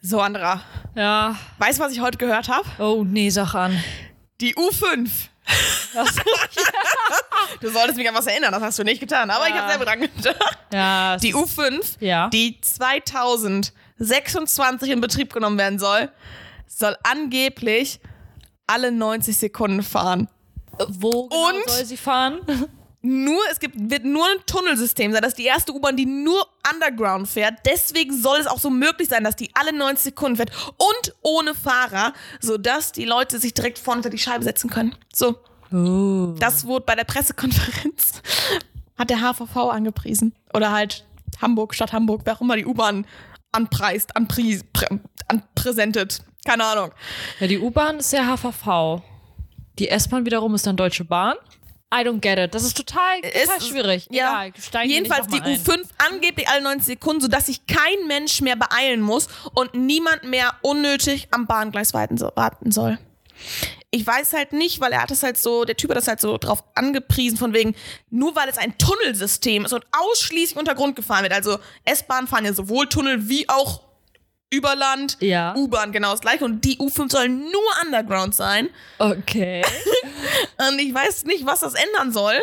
So, Andra. Ja. Weißt du, was ich heute gehört habe? Oh, nee, sag an. Die U5. Du solltest mich an was erinnern, das hast du nicht getan, aber ich Ja. habe selber dran gedacht. ja. Die U5, Ja. die 2026 in Betrieb genommen werden soll, soll angeblich alle 90 Sekunden fahren. Wo genau Und? soll sie fahren? Nur, es gibt, wird nur ein Tunnelsystem sein. Das ist die erste U-Bahn, die nur underground fährt. Deswegen soll es auch so möglich sein, dass die alle 90 Sekunden fährt und ohne Fahrer, sodass die Leute sich direkt vorne unter die Scheibe setzen können. So. Oh. Das wurde bei der Pressekonferenz, hat der HVV angepriesen. Oder halt Hamburg, Stadt Hamburg, wer auch immer die U-Bahn anpreist, anpries, prä, anpräsentet. Keine Ahnung. Ja, die U-Bahn ist ja HVV. Die S-Bahn wiederum ist dann Deutsche Bahn. I don't get it. Das ist total, total Ist- schwierig. Ja, Egal, steigen wir jedenfalls die nicht noch mal ein. U5 angeblich alle 90 Sekunden, sodass sich kein Mensch mehr beeilen muss und niemand mehr unnötig am Bahngleis warten so- warten soll. Ich weiß halt nicht, weil er hat es halt so, der Typ hat das halt so drauf angepriesen, von wegen, nur weil es ein Tunnelsystem ist und ausschließlich unter Grund gefahren wird. Also S-Bahn fahren ja sowohl Tunnel wie auch Überland, Ja. U-Bahn genau das gleiche und die U5 soll nur Underground sein. Okay. Und ich weiß nicht, was das ändern soll.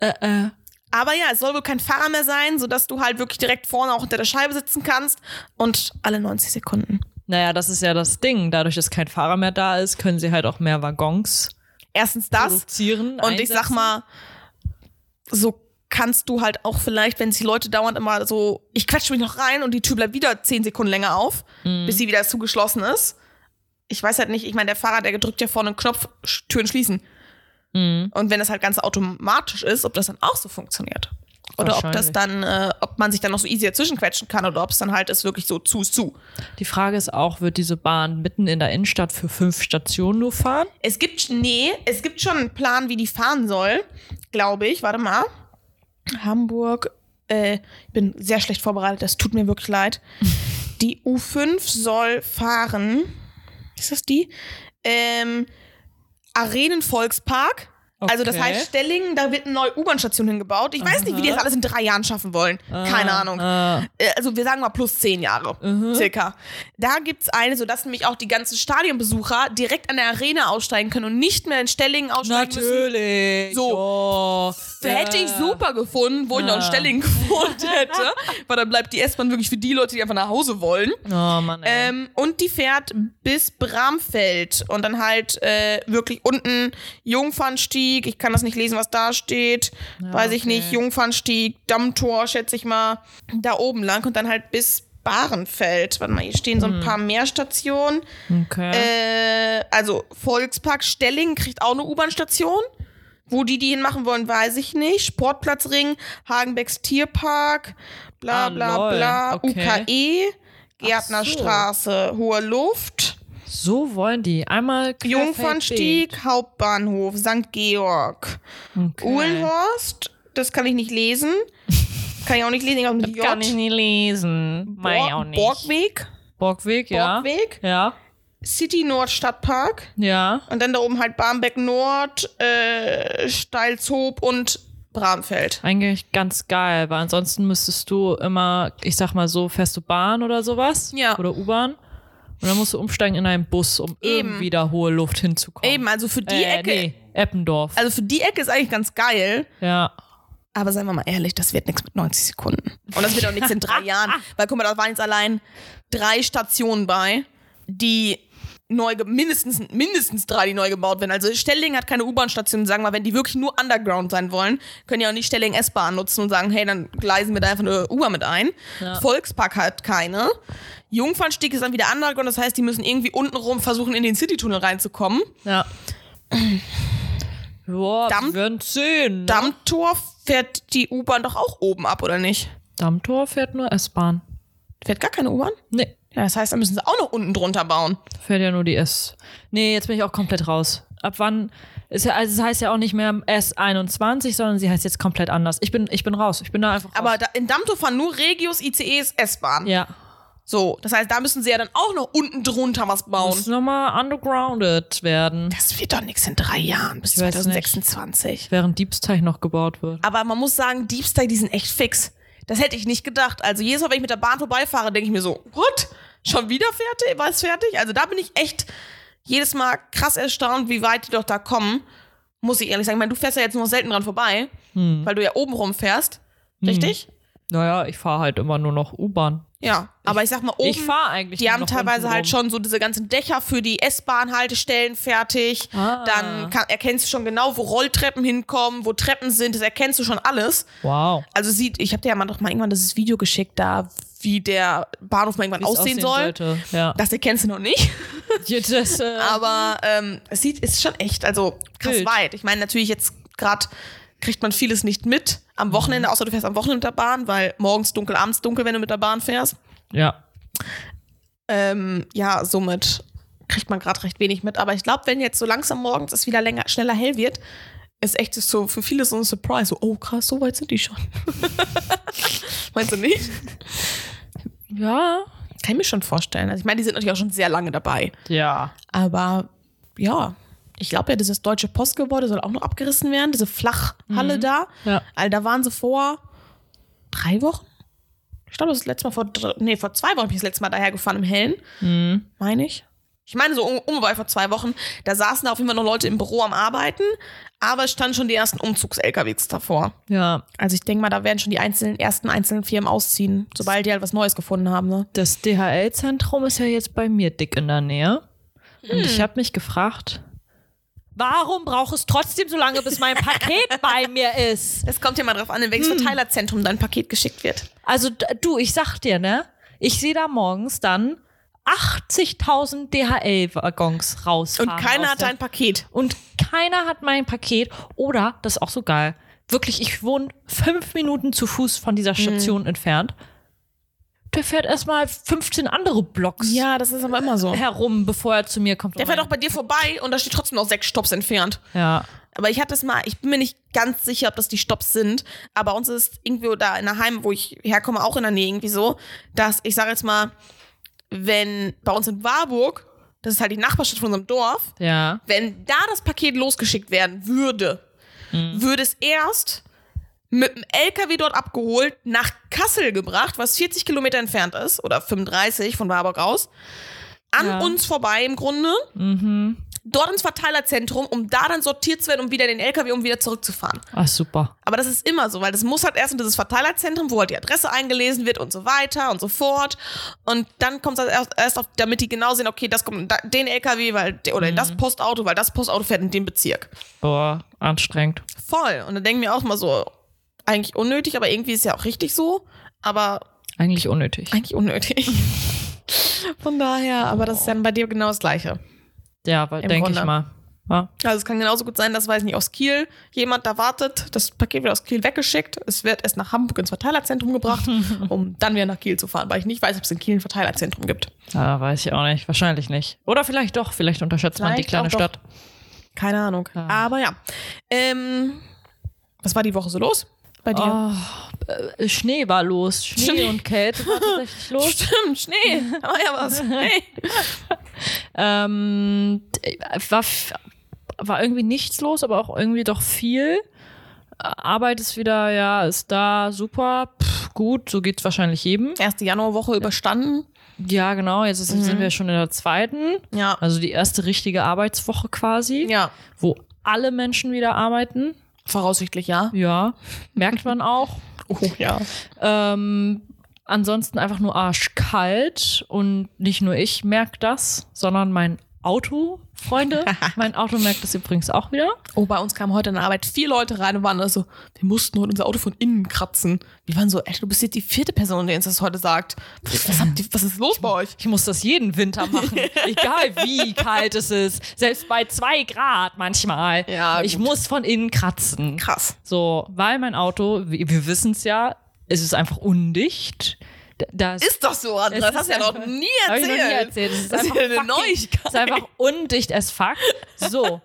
äh, äh. Aber ja, es soll wohl kein Fahrer mehr sein, sodass du halt wirklich direkt vorne auch hinter der Scheibe sitzen kannst und alle 90 Sekunden. Naja, das ist ja das Ding. Dadurch, dass kein Fahrer mehr da ist, können sie halt auch mehr Waggons Erstens das produzieren. und ich sag einsetzen. mal, so kannst du halt auch vielleicht, wenn sich Leute dauernd immer so, ich quetsche mich noch rein und die Tür bleibt wieder 10 Sekunden länger auf, bis sie wieder zugeschlossen ist. Ich weiß halt nicht, ich meine, der Fahrer, der drückt ja vorne einen Knopf, Sch- Türen schließen. Mhm. Und wenn das halt ganz automatisch ist, ob das dann auch so funktioniert. Oder ob das dann, Wahrscheinlich. äh, ob man sich dann noch so easy dazwischen quetschen kann oder ob es dann halt ist wirklich so zu ist zu. Die Frage ist auch, wird diese Bahn mitten in der Innenstadt für fünf Stationen nur fahren? Es gibt, nee, es gibt schon einen Plan, wie die fahren soll, glaube ich. Warte mal. Hamburg, äh, ich bin sehr schlecht vorbereitet, das tut mir wirklich leid. Die U5 soll fahren, ist das die? Ähm, Arenenvolkspark. Also das Okay. heißt Stellingen, da wird eine neue U-Bahn-Station hingebaut. Ich weiß nicht, wie die das alles in drei Jahren schaffen wollen. Keine Ahnung. Ah, Äh, also wir sagen mal plus zehn Jahre circa. Da gibt's eine, sodass nämlich auch die ganzen Stadionbesucher direkt an der Arena aussteigen können und nicht mehr in Stellingen aussteigen müssen. natürlich. So. Hätte ich super gefunden, wo ich Ah. noch in Stellingen gewohnt hätte, weil dann bleibt die S-Bahn wirklich für die Leute, die einfach nach Hause wollen. Oh Mann, ey. Ähm, und die fährt bis Bramfeld und dann halt äh, wirklich unten Jungfernstieg. Ich kann das nicht lesen, was da steht. Weiß ich okay. nicht. Jungfernstieg, Dammtor, schätze ich mal. Da oben lang und dann halt bis Bahrenfeld. Warte mal, hier stehen so ein paar mehr Stationen. okay. Äh, also Volkspark Stellingen kriegt auch eine U-Bahn-Station. Wo die die hinmachen wollen, weiß ich nicht. Sportplatzring, Hagenbecks Tierpark, bla Ah, bla lol. bla, Okay. UKE, Gärtnerstraße, Hohe Luft, so wollen die. Einmal querfeld Jungfernstieg, Hauptbahnhof, St. Georg, beet. Okay. Uhlenhorst, das kann ich nicht lesen. Kann ich auch nicht lesen, ich habe mit Kann ich J. nie lesen. Mei Bor- auch nicht. Borgweg, Borgweg, ja. Borgweg, Ja. City Nord Stadtpark. Ja. Und dann da oben halt Barmbek Nord, äh, Steilshoop und Bramfeld. Eigentlich ganz geil, weil ansonsten müsstest du immer, ich sag mal so, fährst du Bahn oder sowas? Ja. Oder U-Bahn. Und dann musst du umsteigen in einen Bus, um Eben. irgendwie da hohe Luft hinzukommen. Eben, also für die äh, Ecke. Nee, Eppendorf. Also für die Ecke ist eigentlich ganz geil. ja. Aber seien wir mal ehrlich, das wird nichts mit 90 Sekunden. Und das wird auch nichts in drei Jahren. Weil guck mal, da waren jetzt allein drei Stationen bei, die neu, ge- mindestens, mindestens drei, die neu gebaut werden. Also Stelling hat keine U-Bahn-Station. Sagen wir, wenn die wirklich nur Underground sein wollen, können ja auch nicht Stelling S-Bahn nutzen und sagen, hey, dann gleisen wir da einfach eine U-Bahn mit ein. Volkspark hat keine. Jungfernstieg ist dann wieder Underground. Das heißt, die müssen irgendwie untenrum versuchen, in den Citytunnel reinzukommen. Ja. Boah, Damm- wir werden sehen. ne? Dammtor fährt die U-Bahn doch auch oben ab, oder nicht? Dammtor fährt nur S-Bahn. Fährt gar keine U-Bahn? Nee, Ja, das heißt, da müssen sie auch noch unten drunter bauen. fährt ja nur die S. Nee, jetzt bin ich auch komplett raus. Ab wann ist ja, also es heißt ja auch nicht mehr S21, sondern sie heißt jetzt komplett anders. Ich bin, ich bin raus. Ich bin da einfach Aber raus. da, in Dammtor fahren nur Regios, ICEs, S-Bahn. Ja. So, das heißt, da müssen sie ja dann auch noch unten drunter was bauen. Muss nochmal undergrounded werden. Das wird doch nichts in drei Jahren, bis Ich weiß 2026. Während Diebsteich noch gebaut wird. Aber man muss sagen, Deep State, die sind echt fix. Das hätte ich nicht gedacht. Also jedes Mal, wenn ich mit der Bahn vorbeifahre, denke ich mir so, what? schon wieder fertig, war es fertig? Also da bin ich echt jedes Mal krass erstaunt, wie weit die doch da kommen. Muss ich ehrlich sagen. Ich meine, du fährst ja jetzt nur selten dran vorbei, weil du ja oben rum fährst. Richtig? Naja, ich fahre halt immer nur noch U-Bahn. Ja. Aber ich sag mal, oben. Ich fahre eigentlich Die nur haben noch teilweise unten halt rum. schon so diese ganzen Dächer für die S-Bahn-Haltestellen fertig. Ah. Dann kann, erkennst du schon genau, wo Rolltreppen hinkommen, wo Treppen sind. Das erkennst du schon alles. Wow. Also sieht, ich habe dir ja mal doch mal irgendwann dieses Video geschickt, da wie der Bahnhof mal irgendwann Wie's aussehen, soll. Sollte. Ja. Das erkennst du noch nicht. Ja, das, äh, Aber ähm, es sieht, ist schon echt, also krass Wild. weit. Ich meine, natürlich jetzt gerade kriegt man vieles nicht mit Mhm. am Wochenende, außer du fährst am Wochenende mit der Bahn, weil morgens dunkel, abends dunkel, wenn du mit der Bahn fährst. ja. Ähm, ja, somit kriegt man gerade recht wenig mit. Aber ich glaube, wenn jetzt so langsam morgens es wieder länger, schneller hell wird, ist echt so für viele so ein Surprise. So, oh krass, so weit sind die schon. Meinst du nicht? Ja. Kann ich mir schon vorstellen. Also ich meine, die sind natürlich auch schon sehr lange dabei. Ja. Aber ja, ich glaube ja, dieses deutsche Postgebäude soll auch noch abgerissen werden, diese Flachhalle da. Ja. Also da waren sie vor drei Wochen. Ich glaube, das ist letztes Mal vor, dr- nee, vor zwei Wochen bin ich das letzte Mal dahergefahren im Hellen. Mhm. Meine ich. Ich meine, so um, ungefähr vor zwei Wochen, da saßen da auf jeden Fall noch Leute im Büro am Arbeiten, aber es standen schon die ersten Umzugs-LKWs davor. Ja. Also ich denke mal, da werden schon die einzelnen, ersten einzelnen Firmen ausziehen, sobald die halt was Neues gefunden haben. Ne? Das DHL-Zentrum ist ja jetzt bei mir dick in der Nähe. Und Hm. ich habe mich gefragt, warum braucht es trotzdem so lange, bis mein Paket bei mir ist? Es kommt ja mal drauf an, in welches Verteilerzentrum dein Paket geschickt wird. Also d- du, ich sag dir, ne? Ich sehe da morgens dann 80.000 DHL-Waggons rausfahren. Und keiner Ah, aus hat der- dein Paket. Und keiner hat mein Paket. Oder, das ist auch so geil, wirklich, ich wohne fünf Minuten zu Fuß von Hm. dieser Station entfernt. Der fährt erstmal 15 andere Blocks Ja, das ist aber immer so. herum, bevor er zu mir kommt. Der fährt auch bei dir vorbei und da steht trotzdem noch sechs Stops entfernt. Ja. Aber ich hatte es mal, ich bin mir nicht ganz sicher, ob das die Stops sind. Aber uns ist irgendwo da in der Heim, wo ich herkomme, auch in der Nähe irgendwie so, dass ich sage jetzt mal, wenn bei uns in Warburg, das ist halt die Nachbarstadt von unserem Dorf, Ja. wenn da das Paket losgeschickt werden würde, würde es erst mit dem LKW dort abgeholt, nach Kassel gebracht, was 40 Kilometer entfernt ist, oder 35 von Warburg aus, an Ja. uns vorbei im Grunde, dort ins Verteilerzentrum, um da dann sortiert zu werden, um wieder in den LKW, um wieder zurückzufahren. Ach, Ah, super. Aber das ist immer so, weil das muss halt erst in dieses Verteilerzentrum, wo halt die Adresse eingelesen wird und so weiter und so fort. Und dann kommt das erst, erst auf, damit die genau sehen, okay, das kommt in da- den LKW, weil, de- oder in das Postauto, weil das Postauto fährt in den Bezirk. Boah, anstrengend. Voll. Und dann denken wir auch mal so, eigentlich unnötig, aber irgendwie ist ja auch richtig so. Aber Eigentlich unnötig. eigentlich unnötig. Von daher, aber das ist dann bei dir genau das Gleiche. Ja, weil Im denke ich Grunde. mal. Ja. Also es kann genauso gut sein, dass, weiß nicht, aus Kiel jemand da wartet, das Paket wird aus Kiel weggeschickt, es wird erst nach Hamburg ins Verteilerzentrum gebracht, um dann wieder nach Kiel zu fahren, weil ich nicht weiß, ob es in Kiel ein Verteilerzentrum gibt. ja, weiß ich auch nicht. Wahrscheinlich nicht. Oder vielleicht doch. Vielleicht unterschätzt man die Vielleicht kleine auch doch. Stadt. Keine Ahnung. Ja. Aber ja. Ähm, was war die Woche so los bei dir? Oh, äh, Schnee war los. Schnee Schnee. und Kälte war tatsächlich los. Stimmt, Schnee. Da war ja was. Hey. Ähm, d- war, f- war irgendwie nichts los, aber auch irgendwie doch viel. Äh, Arbeit ist wieder, ja, ist da, super, pff, gut, so geht's wahrscheinlich jedem. Erste Januarwoche überstanden. Ja, genau, jetzt ist, sind wir schon in der zweiten, Ja. also die erste richtige Arbeitswoche quasi, Ja. wo alle Menschen wieder arbeiten. Voraussichtlich ja. Ja, merkt man auch. Oh ja. Ähm, ansonsten einfach nur arschkalt und nicht nur ich merke das, sondern mein Auto, Freunde. mein Auto merkt das übrigens auch wieder. Oh, bei uns kamen heute in der Arbeit vier Leute rein und waren also, wir mussten heute unser Auto von innen kratzen. Wir waren so, ey, du bist jetzt die vierte Person, der uns das heute sagt. Was, habt ihr, was ist los bei euch? Ich muss das jeden Winter machen, egal wie kalt es ist. Selbst bei zwei Grad manchmal. Ja, ich gut. muss von innen kratzen. Krass. So, weil mein Auto, wir, wir wissen es ja, es ist einfach undicht. Da- Da Ist doch so, Andra. Es Das ist hast du ja noch einfach- nie Hab ich erzählt. noch nie erzählt. Das ist Das ist einfach ja eine fucking- Neuigkeit. Ist einfach undicht as fuck. So.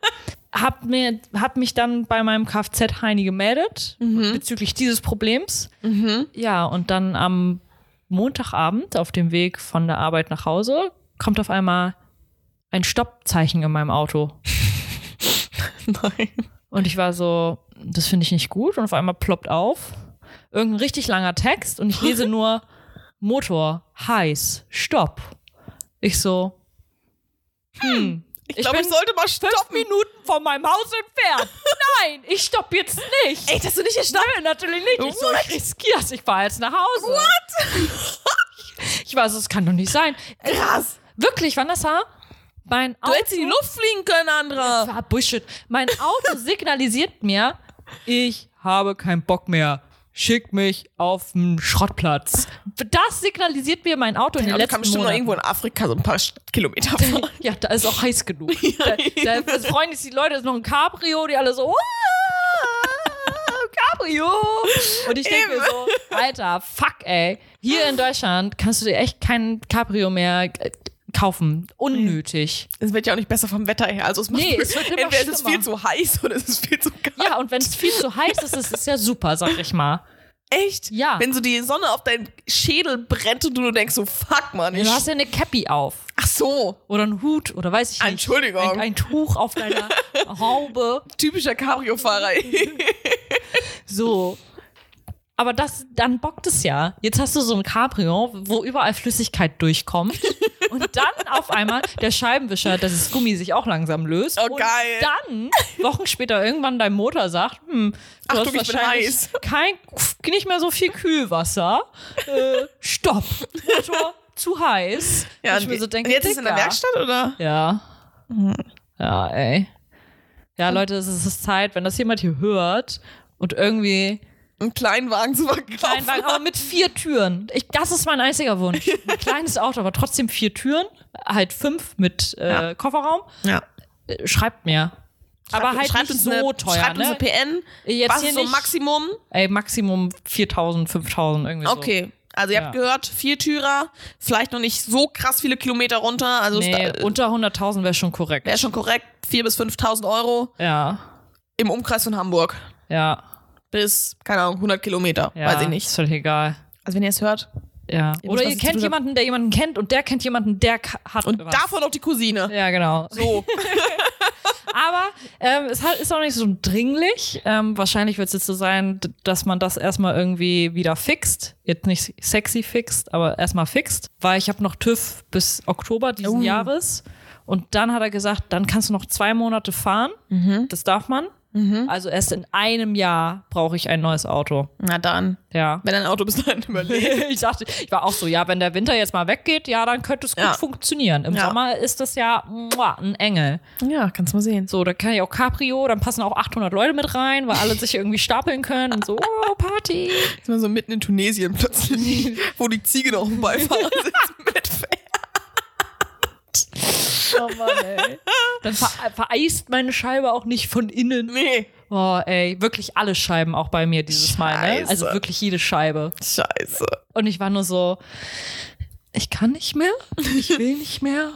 Hab, mir, hab mich dann bei meinem Kfz-Heini gemeldet Mhm. bezüglich dieses Problems. Ja, und dann am Montagabend auf dem Weg von der Arbeit nach Hause kommt auf einmal ein Stoppzeichen in meinem Auto. Nein. Und ich war so, das finde ich nicht gut. Und auf einmal ploppt auf irgendein richtig langer Text und ich lese nur Motor, heiß, Stopp. Ich so, hm. Ich, glaube, ich bin sollte mal fünf stoppen. Minuten von meinem Haus entfernt. Nein, ich stopp jetzt nicht. Ey, dass du nicht erschnappt. Nein, natürlich nicht. Ich, so, What? ich riskiere es. Ich fahre jetzt nach Hause. What? ich war so, es kann doch nicht sein. Äh, Krass. Wirklich, Vanessa? Mein Du Auto, hättest in die Luft fliegen können, das Andra. war Bullshit. Mein Auto signalisiert mir, ich habe keinen Bock mehr. Schick mich auf den Schrottplatz. Das signalisiert mir mein Auto in den Aber du kannst letzten bestimmt noch Monaten. irgendwo in Afrika so ein paar Kilometer fahren. Ja, da ist auch heiß genug. Da, da freuen sich die Leute, da ist noch ein Cabrio, die alle so, "Wow, Cabrio. Und ich denke mir so, Alter, fuck, ey. Hier in Deutschland kannst du dir echt kein Cabrio mehr äh, kaufen. Unnötig. Es wird ja auch nicht besser vom Wetter her. Also es macht Nee, es wird immer entweder es ist schlimmer. viel zu heiß oder es ist viel zu kalt. Ja, und wenn es viel zu heiß ist, ist es ja super, sag ich mal. Echt? Ja. Wenn so die Sonne auf deinen Schädel brennt und du nur denkst so, fuck, Mann. Du Ich hast ja eine Cappy auf. Ach so. Oder einen Hut oder weiß ich nicht. Entschuldigung. Ein, ein Tuch auf deiner Haube. Typischer Cabrio-Fahrer. So. Aber das, dann bockt es ja. Jetzt hast du so ein Cabrio, wo überall Flüssigkeit durchkommt. Und dann auf einmal der Scheibenwischer, dass das Gummi sich auch langsam löst. Oh, und geil. dann, Wochen später, irgendwann dein Motor sagt, hm, du Ach, hast du, ich bin wahrscheinlich heiß. kein, nicht mehr so viel Kühlwasser. Äh, stopp. Motor zu heiß. Ja, ich mir so denke, und jetzt ist es in der Dicker. Werkstatt, oder? Ja. Mhm. Ja, ey. Ja, Leute, es ist Zeit, wenn das jemand hier hört und irgendwie Einen kleinen Wagen zu verkaufen. kleinen Wagen, aber mit vier Türen. Ich, das ist mein einziger Wunsch. Ein kleines Auto, aber trotzdem vier Türen. Halt fünf mit äh, Ja. Kofferraum. Ja. Äh, Schreibt mir. aber halt schreibt nicht uns so eine, teuer. Schreibt ne? uns eine PN. Jetzt was hier ist so nicht- Maximum? Ey, Maximum 4.000, 5.000 irgendwie Okay. Also ihr habt Ja. gehört, Viertürer, vielleicht noch nicht so krass viele Kilometer runter. Also so. es- Nee, unter 100.000 wäre schon korrekt. wäre schon korrekt, 4.000 bis 5.000 Euro ja, im Umkreis von Hamburg. ja, Bis, keine Ahnung, 100 Kilometer, ja. weiß ich nicht. Ist völlig egal. Also wenn ihr es hört. Ja. Ihr wisst, Oder was ihr ich zu kennt tun hab. jemanden, der jemanden kennt und der kennt jemanden, der ka- hat Und was. davon noch die Cousine. Ja, genau. So. Aber ähm, es hat, ist auch nicht so dringlich. Ähm, wahrscheinlich wird es jetzt so sein, d- dass man das erstmal irgendwie wieder fixt. Jetzt nicht sexy fixt, aber erstmal fixt. Weil ich habe noch TÜV bis Oktober diesen Uh. Jahres. Und dann hat er gesagt, dann kannst du noch zwei Monate fahren. Mhm. Das darf man. Also erst in einem Jahr brauche ich ein neues Auto. Na dann. Ja. Wenn dein Auto bis dahin überlebt. ich dachte, ich war auch so, ja, wenn der Winter jetzt mal weggeht, ja, dann könnte es gut Ja. funktionieren. Im Ja. Sommer ist das ja mua, ein Engel. Ja, kannst mal sehen. So, da kann ich auch Cabrio, dann passen auch 800 Leute mit rein, weil alle sich irgendwie stapeln können und so, oh, Party. Jetzt sind wir so mitten in Tunesien plötzlich, wo die Ziege noch im Beifahrersitz mitfährt. Oh Mann, ey. Dann ver vereist meine Scheibe auch nicht von innen. Nee. Oh, ey, wirklich alle Scheiben auch bei mir dieses Mal, ne? Also Scheiße. wirklich jede Scheibe. Scheiße. Und ich war nur so, ich kann nicht mehr, ich will nicht mehr.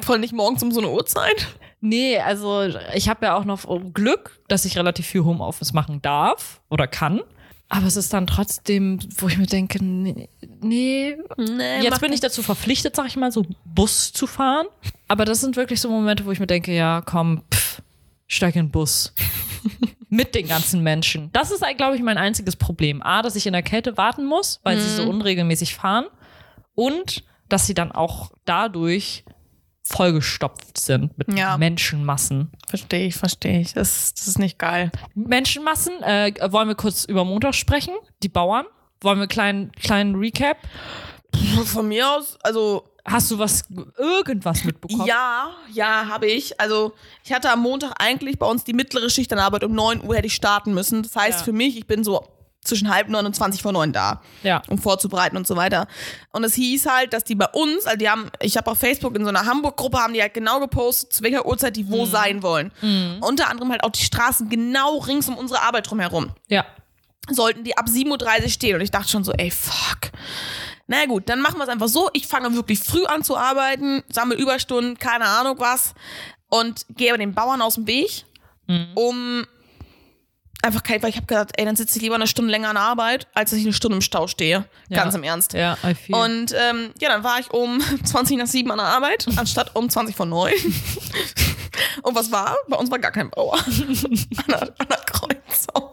Voll nicht morgens um so eine Uhrzeit? Nee, also ich habe ja auch noch Glück, dass ich relativ viel Homeoffice machen darf oder kann. Aber es ist dann trotzdem, wo ich mir denke, nee, nee Nee. Jetzt bin ich dazu verpflichtet, sag ich mal, so Bus zu fahren. Aber das sind wirklich so Momente, wo ich mir denke, ja, komm, pff, steig in den Bus. Mit den ganzen Menschen. Das ist, glaube ich, mein einziges Problem. A, dass ich in der Kälte warten muss, weil sie so unregelmäßig fahren. Und dass sie dann auch dadurch vollgestopft sind mit Ja. Menschenmassen. Verstehe ich, verstehe ich. Das, das ist nicht geil. Menschenmassen, äh, wollen wir kurz über Montag sprechen? Die Bauern? Wollen wir einen kleinen, kleinen Recap? Von mir aus, also Hast du was, irgendwas mitbekommen? Ja, ja, habe ich. Also ich hatte am Montag eigentlich bei uns die mittlere Schicht an der Arbeit. Um 9 Uhr hätte ich starten müssen. Das heißt Ja. für mich, ich bin so zwischen halb neun und 20 vor neun da, Ja. um vorzubereiten und so weiter. Und es hieß halt, dass die bei uns, also die haben, ich habe auf Facebook in so einer Hamburg-Gruppe, haben die halt genau gepostet, zu welcher Uhrzeit die wo sein wollen. Unter anderem halt auch die Straßen genau rings um unsere Arbeit drumherum Ja. sollten die ab 7.30 Uhr stehen. Und ich dachte schon so, ey, fuck. Na gut, dann machen wir es einfach so. Ich fange wirklich früh an zu arbeiten, sammle Überstunden, keine Ahnung was. Und gehe aber den Bauern aus dem Weg, um einfach kein, weil ich habe gedacht, ey, dann sitze ich lieber eine Stunde länger an der Arbeit, als dass ich eine Stunde im Stau stehe. Ja. Ganz im Ernst. Ja, I feel. Und ähm, ja, dann war ich um 20 nach 7 an der Arbeit, anstatt um 20 vor 9. Und was war? Bei uns war gar kein Bauer. An der, an der Kreuzung.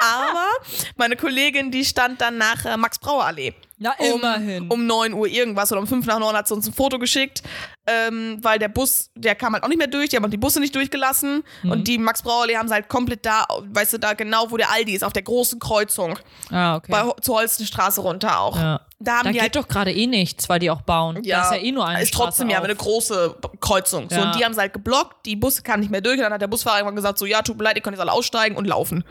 Aber meine Kollegin, die stand dann nach äh, Max Brauer Allee. Na, um, immerhin. Um 9 Uhr irgendwas oder um 5 nach 9 hat sie uns ein Foto geschickt, ähm, weil der Bus, der kam halt auch nicht mehr durch, die haben auch die Busse nicht durchgelassen Mhm. und die Max Brauer Allee haben sie halt komplett da, weißt du, da genau, wo der Aldi ist, auf der großen Kreuzung, Ah, okay. bei, Ho- zur Holstenstraße runter auch. ja. Da haben da die geht halt doch gerade eh nichts, weil die auch bauen. ja, da ist ja eh nur eine Ist Straße trotzdem ja auf. aber eine große B- Kreuzung. So, Ja. und die haben es halt geblockt, die Busse kamen nicht mehr durch. Und dann hat der Busfahrer irgendwann gesagt: So, ja, tut mir leid, ihr könnt jetzt alle aussteigen und laufen.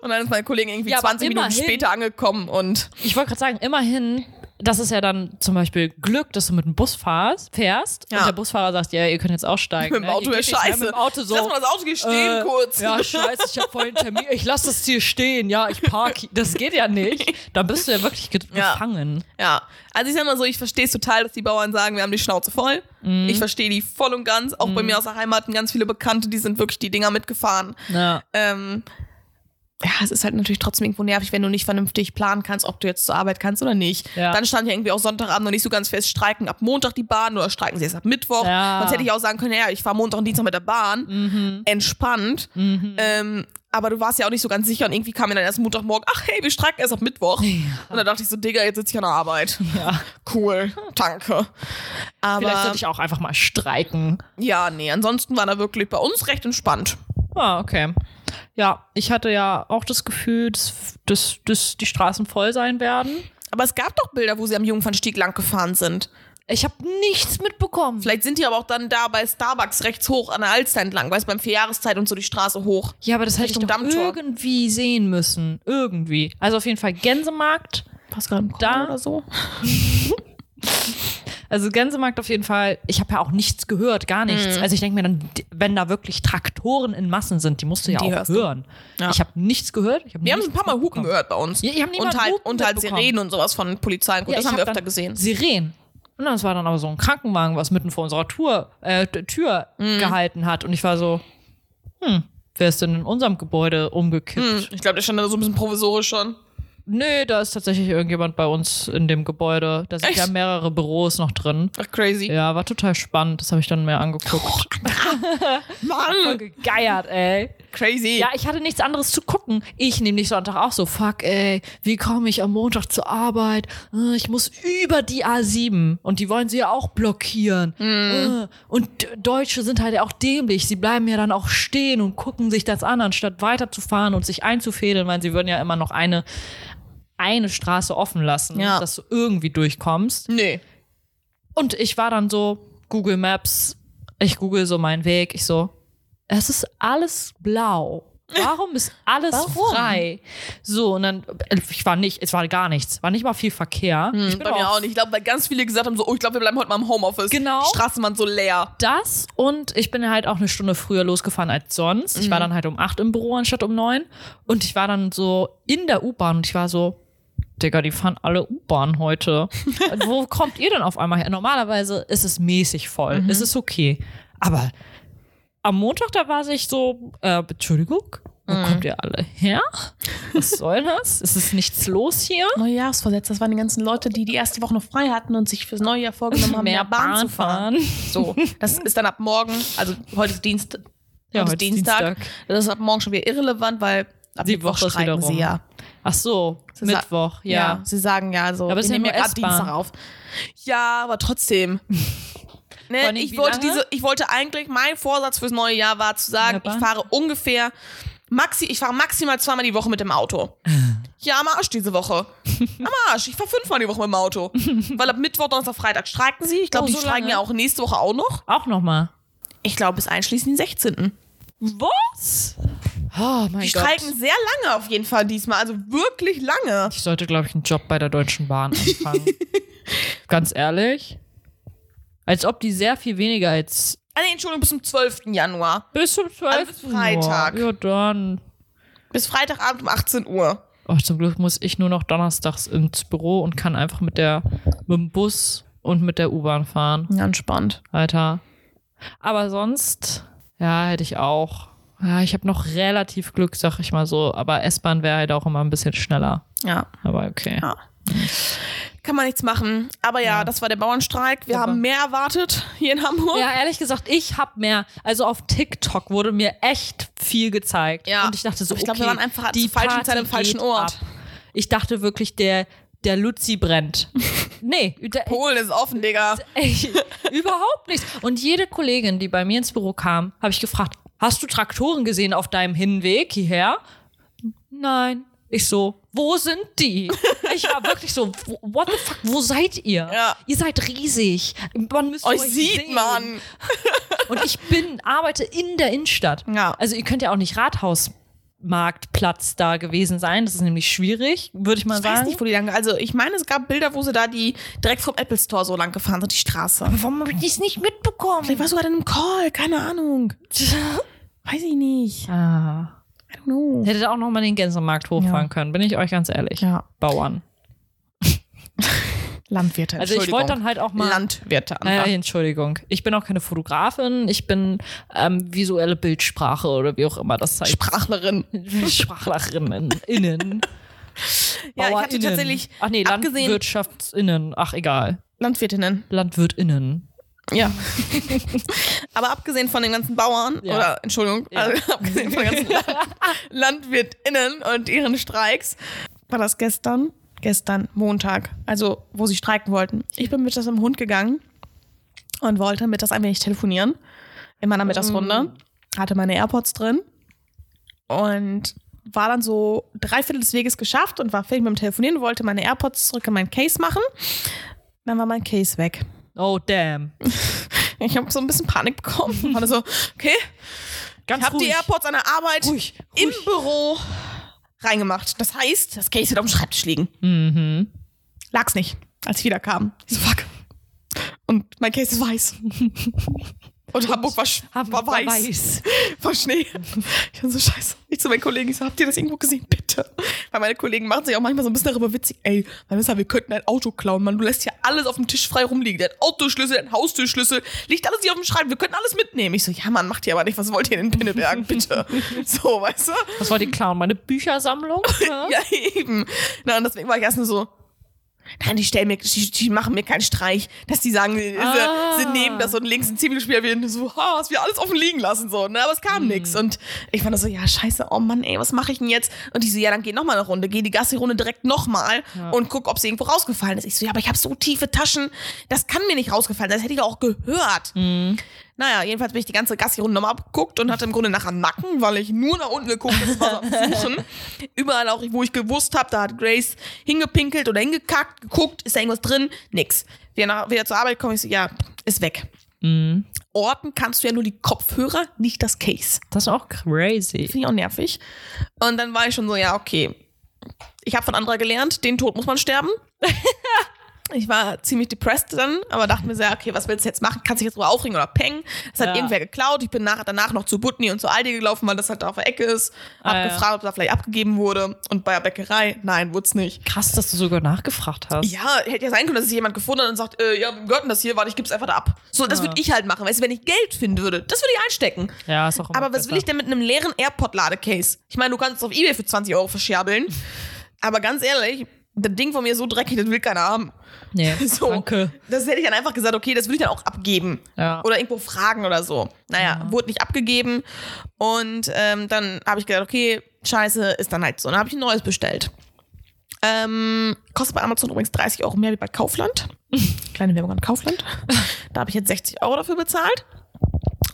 und dann ist mein Kollege irgendwie Ja, aber 20 Minuten immerhin. später angekommen und Ich wollte gerade sagen, immerhin, das ist ja dann zum Beispiel Glück, dass du mit dem Bus fahrst, fährst Ja. und der Busfahrer sagt, ja, ihr könnt jetzt aussteigen. mit dem ne? Auto Hier wäre geht nichts mehr scheiße. Mit dem Auto so. Lass mal das Auto hier stehen äh, kurz. Ja, scheiße, ich habe vorhin einen Termin. Ich lasse das hier stehen. Ja, ich parke. Das geht ja nicht. Da bist du ja wirklich ge Ja. gefangen. Ja, also ich sag mal so, ich verstehe es total, dass die Bauern sagen, wir haben die Schnauze voll. Mhm. Ich verstehe die voll und ganz. Auch bei mir aus der Heimat ganz viele Bekannte, die sind wirklich die Dinger mitgefahren. Ja. Ähm, ja, es ist halt natürlich trotzdem irgendwo nervig, wenn du nicht vernünftig planen kannst, ob du jetzt zur Arbeit kannst oder nicht. Ja. Dann stand ja irgendwie auch Sonntagabend noch nicht so ganz fest, streiken ab Montag die Bahn oder streiken sie erst ab Mittwoch. Ja. Mhm. Sonst hätte ich auch sagen können, ja, ich fahre Montag und Dienstag mit der Bahn. Entspannt. Ähm, aber du warst ja auch nicht so ganz sicher und irgendwie kam mir dann erst Montagmorgen, ach hey, wir streiken erst ab Mittwoch. Und dann dachte ich so, Digga, jetzt sitze ich an der Arbeit. ja. Cool, danke. Vielleicht Aber sollte ich auch einfach mal streiken. ja, nee, ansonsten war da wirklich bei uns recht entspannt. Ah, okay. Ja, ich hatte ja auch das Gefühl, dass, dass, dass die Straßen voll sein werden. Aber es gab doch Bilder, wo sie am Jungfernstieg lang gefahren sind. Ich habe nichts mitbekommen. Vielleicht sind die aber auch dann da bei Starbucks rechts hoch an der Alster entlang, weißt du, beim Vierjahreszeit und so die Straße hoch. Ja, aber das hätte ich Richtung doch Dammtor. irgendwie sehen müssen. Irgendwie. Also auf jeden Fall Gänsemarkt. Was gerade Da? oder so? Also Gänsemarkt auf jeden Fall. Ich habe ja auch nichts gehört, gar Mhm. nichts. Also ich denke mir dann, die- wenn da wirklich Traktoren in Massen sind, die musst du ja Die auch hörst du. hören. Ja. Ich habe nichts gehört. Ich hab Wir haben nichts ein paar Mal Hupen mitbekommen. gehört bei uns. Ja, ich hab nicht und mal halt, Hupen und halt mitbekommen. Sirenen und sowas von Polizei und gut, Ja, das ich haben wir hab öfter dann gesehen. Sirenen. Und dann war dann aber so ein Krankenwagen, was mitten vor unserer Tour, äh, T- Tür Mhm. gehalten hat. Und ich war so, hm, wer ist denn in unserem Gebäude umgekippt? Ich glaube, der stand da so ein bisschen provisorisch schon. Nö, da ist tatsächlich irgendjemand bei uns in dem Gebäude. Da sind Echt? ja mehrere Büros noch drin. Ach, crazy. Ja, war total spannend. Das habe ich dann mehr angeguckt. Voll Mann! gegeiert, ey. Crazy. Ja, ich hatte nichts anderes zu gucken. Ich nämlich Sonntag auch so, fuck, ey, wie komme ich am Montag zur Arbeit? Äh, Ich muss über die A7 und die wollen sie ja auch blockieren. Äh, Und D- Deutsche sind halt auch dämlich. Sie bleiben ja dann auch stehen und gucken sich das an, anstatt weiterzufahren und sich einzufädeln, weil sie würden ja immer noch eine, eine Straße offen lassen, Ja. dass du irgendwie durchkommst. Nee. Und ich war dann so, Google Maps, ich google so meinen Weg, ich so, es ist alles blau. Warum ist alles Warum? frei? So, und dann, äh, ich war nicht, es war gar nichts, war nicht mal viel Verkehr. ich bin Hm, Bei mir auch nicht. Ich glaube, weil ganz viele gesagt haben, so, oh, ich glaube, wir bleiben heute mal im Homeoffice. Genau. Die Straßen waren so leer. Das und ich bin halt auch eine Stunde früher losgefahren als sonst. Ich war dann halt um acht im Büro anstatt um neun. Und ich war dann so in der U-Bahn und ich war so, Digga, die fahren alle U-Bahn heute. Und Wo kommt ihr denn auf einmal her? Normalerweise ist es mäßig voll. Es ist okay. Aber am Montag, da war ich so, äh, Entschuldigung, wo kommt ihr alle her? Was soll das? Es ist nichts los hier. Neujahrsvorsätze, das waren die ganzen Leute, die die erste Woche noch frei hatten und sich fürs neue Jahr vorgenommen So, das ist dann ab morgen, also heute ist Dienst, heute Ja, heute ist ist Dienstag. Dienstag. Das ist ab morgen schon wieder irrelevant, weil ab Die Mittwoch Woche ist wieder streiken sie rum. ja. Ach so, Sie sa- Mittwoch, ja. Sie sagen ja so, Aber wir es ist ja nehmen ja nur gerade essbar. Dienstag auf. Ja, aber trotzdem. Vor Ne, allem, ich, wie wollte lange? diese, ich wollte eigentlich, mein Vorsatz fürs neue Jahr war zu sagen, Wunderbar. ich fahre ungefähr, maxi, ich fahre maximal zweimal die Woche mit dem Auto. Ja, am Arsch diese Woche. Am Arsch, ich fahre fünfmal die Woche mit dem Auto. Weil ab Mittwoch, Donnerstag, Freitag streiken sie. Ich glaube, Oh, die so streiken lange? ja auch nächste Woche auch noch. Auch nochmal. Ich glaube, bis einschließlich den 16. Was? Oh mein Die Gott. streiken sehr lange auf jeden Fall diesmal, also wirklich lange. Ich sollte, glaube ich, einen Job bei der Deutschen Bahn anfangen. Ganz ehrlich. Als ob die sehr viel weniger als Ah, nee, Entschuldigung, bis zum 12. Januar. bis zum 12. bis Freitag. Uhr. Ja, dann. Bis Freitagabend um 18 Uhr. Oh, zum Glück muss ich nur noch donnerstags ins Büro und kann einfach mit, der, mit dem Bus und mit der U-Bahn fahren. Ja, entspannt. Alter. Aber sonst, ja, hätte ich auch. Ja, ich habe noch relativ Glück, sag Ah. ich mal so. Aber S-Bahn wäre halt auch immer ein bisschen schneller. Ja. Aber okay. Ja. Kann man nichts machen. Aber ja, Ja. das war der Bauernstreik. Wir Super. haben mehr erwartet hier in Hamburg. Ja, ehrlich gesagt, ich hab mehr. Also auf TikTok wurde mir echt viel gezeigt. Ja. Und ich dachte so, Aber ich glaub, okay, wir waren einfach die zur falschen Party Zeit am falschen geht Ort. Ab. Ich dachte wirklich, der, der Luzi brennt. nee, der, Polen ist offen, Digga. Ey, überhaupt nichts. Und jede Kollegin, die bei mir ins Büro kam, habe ich gefragt, hast du Traktoren gesehen auf deinem Hinweg hierher? Nein. Ich so, wo sind die? Ich war wirklich so, wo- what the fuck, wo seid ihr? Ja. Ihr seid riesig. Man müsste Euch euch, sieht sehen. man. Und ich bin, arbeite in der Innenstadt. Ja. Also ihr könnt ja auch nicht Rathausmarktplatz da gewesen sein. Das ist nämlich schwierig, würde ich mal Ich sagen. weiß nicht, wo die lang. Also ich meine, es gab Bilder, wo sie da die direkt vom Apple Store so lang gefahren sind, die Straße. Warum habe ich das nicht mitbekommen? Vielleicht war sogar in einem Call, keine Ahnung. Weiß ich nicht. Ah. I don't know. Hättet auch noch mal den Gänsemarkt hochfahren können, bin ich euch ganz ehrlich. Ja. Bauern. Landwirte. Also ich wollte dann halt auch mal. Landwirte Äh, anfangen. Entschuldigung. Ich bin auch keine Fotografin, ich bin ähm, visuelle Bildsprache oder wie auch immer das heißt. Sprachlerin. Sprachlerinnen. Ja, Innen. ich hatte BauerInnen. tatsächlich Ach nee, abgesehen- Landwirtschaftsinnen. Ach egal. Landwirtinnen. LandwirtInnen. Ja. Aber abgesehen von den ganzen Bauern, Ja. oder Entschuldigung, also, abgesehen von den ganzen Land LandwirtInnen und ihren Streiks, war das gestern? Gestern, Montag, also wo sie streiken wollten. Ich bin mittags mit dem Hund gegangen und wollte mittags ein wenig telefonieren in meiner Mm. Mittagsrunde. Hatte meine AirPods drin und war dann so drei Viertel des Weges geschafft und war fertig mit dem Telefonieren, wollte meine AirPods zurück in mein Case machen. Dann war mein Case weg. Oh damn. Ich habe so ein bisschen Panik bekommen. Ich war so, okay, ich Ganz habe die ruhig. AirPods an der Arbeit Ruhig, im Büro reingemacht. Das heißt, das Case wird auf dem Schreibtisch liegen. Mhm. Lag's nicht, als ich wiederkam. Ich so, fuck. Und mein Case ist weiß. Und Hamburg war, sch- war weiß. Voll Schnee. Ich bin so scheiße. Ich zu meinen Kollegen, ich so, habt ihr das irgendwo gesehen? Bitte. Weil meine Kollegen machen sich auch manchmal so ein bisschen darüber witzig. Ey, Vanessa, wir könnten ein Auto klauen, Mann. Du lässt hier alles auf dem Tisch frei rumliegen. Dein Autoschlüssel, dein Haustürschlüssel, liegt alles hier auf dem Schreibtisch. Wir könnten alles mitnehmen. Ich so, ja, Mann, macht ihr aber nicht. Was wollt ihr in den Pinnebergen, bitte? so, weißt du? Was war die Clown? Meine Büchersammlung? Ja. Ja, eben. Na, und deswegen war ich erst nur so, nein, die stellen mir, die, die machen mir keinen Streich, dass die sagen, sie, Ah. sie, sie nehmen das und links ein Zivilspieler werden so, ha, hast wir alles offen liegen lassen, so, ne, aber es kam nix und ich fand das so, ja, scheiße, oh Mann, ey, was mache ich denn jetzt? Und die so, ja, dann geh nochmal eine Runde, geh die Gassi-Runde direkt nochmal und guck, ob sie irgendwo rausgefallen ist. Ich so, ja, aber ich habe so tiefe Taschen, das kann mir nicht rausgefallen sein, das hätte ich doch auch gehört. Naja, jedenfalls bin ich die ganze Gassi-Runde nochmal abgeguckt und hatte im Grunde nachher Nacken, weil ich nur nach unten geguckt habe, war so am Suchen. Überall auch, wo ich gewusst habe, da hat Grace hingepinkelt oder hingekackt, geguckt, ist da irgendwas drin? Nix. Wieder, nach, wieder zur Arbeit komme ich so, ja, ist weg. Orten kannst du ja nur die Kopfhörer, nicht das Case. Das ist auch crazy. Finde ich auch nervig. Und dann war ich schon so, ja, okay. Ich habe von Andra gelernt, den Tod muss man sterben. ich war ziemlich depressed dann, aber dachte mir so, ja, okay, was willst du jetzt machen? Kannst du dich jetzt drüber aufregen oder pengen? Das hat Ja. irgendwer geklaut. Ich bin nach, danach noch zu Butni und zu Aldi gelaufen, weil das halt da auf der Ecke ist. Hab Ah, ja. gefragt, ob da vielleicht abgegeben wurde. Und bei der Bäckerei, nein, wurde es nicht. Krass, dass du sogar nachgefragt hast. Ja, hätte ja sein können, dass es jemand gefunden hat und sagt, äh, ja, wem gehört denn das hier? Warte, ich gib's einfach da ab. So, das Ah. würde ich halt machen. Weißt du, wenn ich Geld finden würde, das würde ich einstecken. Ja, ist auch immer Aber was besser. will ich denn mit einem leeren AirPod-Ladecase? Ich meine, du kannst es auf Ebay für 20 Euro verscherbeln. Aber ganz ehrlich, das Ding von mir ist so dreckig, das will keiner haben. Nee, So. danke. Das hätte ich dann einfach gesagt, okay, das will ich dann auch abgeben. Ja. Oder irgendwo fragen oder so. Naja, wurde nicht abgegeben. Und ähm, dann habe ich gedacht, okay, scheiße, ist dann halt so. Dann habe ich ein neues bestellt. Ähm, kostet bei Amazon übrigens 30 Euro mehr wie bei Kaufland. Kleine Werbung an Kaufland. Da habe ich jetzt 60 Euro dafür bezahlt.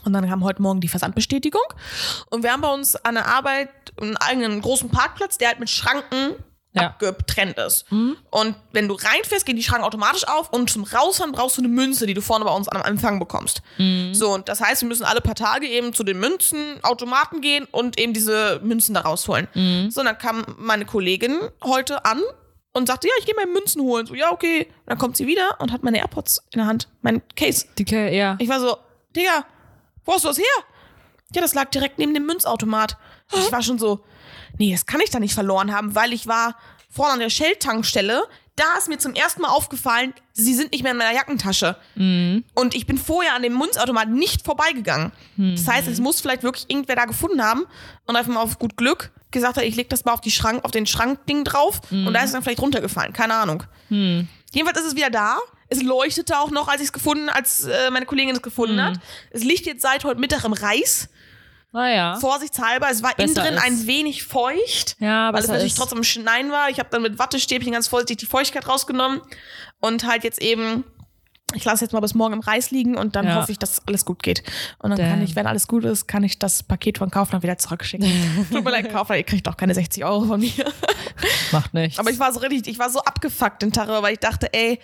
Und dann kam heute Morgen die Versandbestätigung. Und wir haben bei uns an der Arbeit einen eigenen großen Parkplatz, der halt mit Schranken Ja. abgetrennt ist. Und wenn du reinfährst, gehen die Schranken automatisch auf und zum Rausfahren brauchst du eine Münze, die du vorne bei uns am Empfang bekommst. So, und das heißt, wir müssen alle paar Tage eben zu den Münzenautomaten gehen und eben diese Münzen da rausholen. So, und dann kam meine Kollegin heute an und sagte, ja, ich gehe meine Münzen holen. So, ja, okay. Und dann kommt sie wieder und hat meine AirPods in der Hand, mein Case. Die, Ke- ja. Ich war so, Digga, wo hast du das her? Ja, das lag direkt neben dem Münzautomat. Und Ich war schon so, nee, das kann ich da nicht verloren haben, weil ich war vorne an der Shell-Tankstelle. Da ist mir zum ersten Mal aufgefallen, sie sind nicht mehr in meiner Jackentasche. Und ich bin vorher an dem Münzautomat nicht vorbeigegangen. Das heißt, es muss vielleicht wirklich irgendwer da gefunden haben und einfach mal auf gut Glück gesagt hat, ich leg das mal auf, die Schrank, auf den Schrankding drauf und da ist es dann vielleicht runtergefallen. Keine Ahnung. Jedenfalls ist es wieder da. Es leuchtete auch noch, als ich es gefunden, als äh, meine Kollegin es gefunden Mhm. hat. Es liegt jetzt seit heute Mittag im Reis. Naja. Vorsichtshalber, es war innen Besser drin ist. ein wenig feucht, Ja, weil es besser natürlich ist. trotzdem im Schneien war. Ich habe dann mit Wattestäbchen ganz vorsichtig die Feuchtigkeit rausgenommen und halt jetzt eben, ich lasse jetzt mal bis morgen im Reis liegen und dann Ja. hoffe ich, dass alles gut geht. Und dann kann Damn. ich, wenn alles gut ist, kann ich das Paket von Kaufland wieder zurückschicken. Tut mir leid, Kaufland, ihr kriegt auch keine 60 Euro von mir. Macht nichts. Aber ich war so richtig, ich war so abgefuckt den Tag, über, weil ich dachte, ey,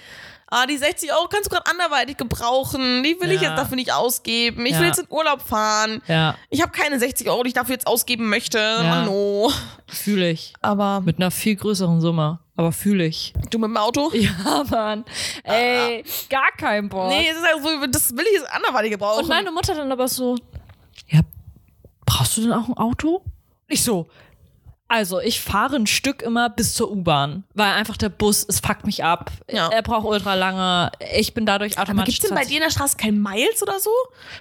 ah, die 60 Euro kannst du gerade anderweitig gebrauchen. Die will ich Ja. jetzt dafür nicht ausgeben. Ich Ja. will jetzt in Urlaub fahren. ja, Ich habe keine 60 Euro, die ich dafür jetzt ausgeben möchte. Ja. Mano. fühle ich. Aber Mit einer viel größeren Summe. Aber fühle ich. Ah, du mit dem Auto? Ja, Mann. Ey, gar kein Bock. Nee, es ist halt so, das will ich jetzt anderweitig gebrauchen. Und meine Mutter dann aber so, ja, brauchst du denn auch ein Auto? Ich so, also ich fahre ein Stück immer bis zur U-Bahn, weil einfach der Bus, es fuckt mich ab. Ja. Er braucht ultra lange. Ich bin dadurch aber automatisch. gibt's denn bei dir in der Straße kein Miles oder so?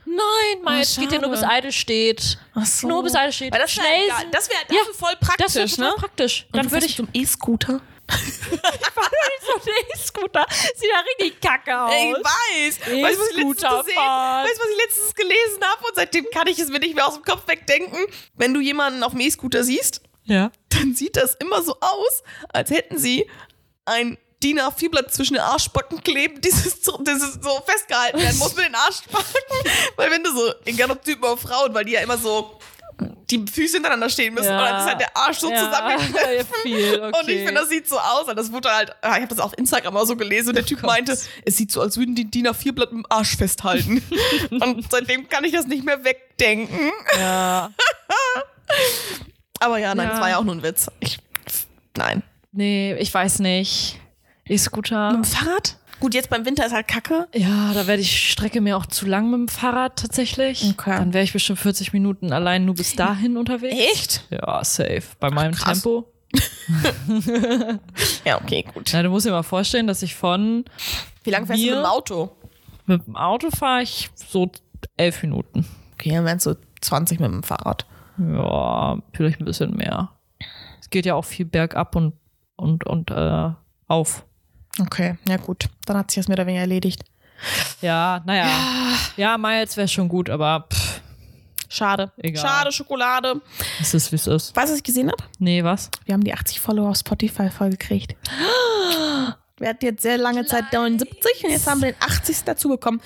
Nein, Mann, Ah, es geht ja nur schade. bis Eide steht. Ach so. Nur bis Eide steht. Weil das Schnell. wäre das wär, das Ja. wär voll praktisch, das wäre total ne? praktisch. Und Dann was würde ist ich mit dem E-Scooter. so den E-Scooter. Sieht ja richtig kacke aus. Ey, ich weiß. Weißt du, was ich letztens E-Scooter gesehen, fahren. weißt, du, was ich letztens gelesen habe und seitdem kann ich es mir nicht mehr aus dem Kopf wegdenken. Wenn du jemanden auf dem E-Scooter siehst, ja. dann sieht das immer so aus, als hätten sie ein DIN A4-Blatt zwischen den Arschbacken kleben, dieses, so- dieses so festgehalten werden muss mit den Arschbacken. Weil wenn du so, egal ob Typen oder Frauen, weil die ja immer so die Füße hintereinander stehen müssen, Ja. oder das ist halt der Arsch so Ja, zusammengeknöpft. ja, viel, okay. Und ich finde, das sieht so aus. Und das wurde halt, ah, ich habe das auf Instagram auch so gelesen und der Typ Gott. meinte, es sieht so, als würden die DIN A4-Blatt mit dem Arsch festhalten. und seitdem kann ich das nicht mehr wegdenken. Ja. Aber ja, nein, Ja. das war ja auch nur ein Witz. Ich, nein. Nee, ich weiß nicht. E-Scooter. Fahrrad? Gut, jetzt beim Winter ist halt kacke. Ja, da wäre die Strecke mir auch zu lang mit dem Fahrrad tatsächlich. Okay. Dann wäre ich bestimmt 40 Minuten allein nur bis dahin unterwegs. Echt? Ja, safe. Bei meinem krass. Tempo. Ja, okay, gut. Na, du musst dir mal vorstellen, dass ich von Wie lange fährst Wir- du mit dem Auto? mit dem Auto fahre ich so elf Minuten. Okay, dann wären es so 20 mit dem Fahrrad. Ja, vielleicht ein bisschen mehr. Es geht ja auch viel bergab und und und äh, auf. Okay, ja gut. Dann hat sich das mehr oder weniger erledigt. Ja, naja. Ja, Miles wäre schon gut, aber pff, Schade. Egal. Schade, Schokolade. es ist, wie es ist. Weißt du, was ich gesehen habe? Nee, was? Wir haben die 80 Follower auf Spotify vollgekriegt. Wir hatten jetzt sehr lange Zeit 79 und jetzt haben wir den 80. dazu bekommen.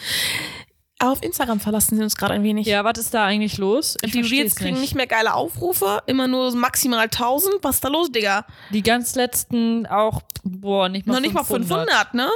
Auf Instagram verlassen sie uns gerade ein wenig. Ja, was ist da eigentlich los? Ich die Reels versteh's kriegen nicht mehr geile Aufrufe, immer nur so maximal 1000. Was ist da los, Digga? Die ganz letzten auch, boah, nicht mal Noch nicht mal 500, ne?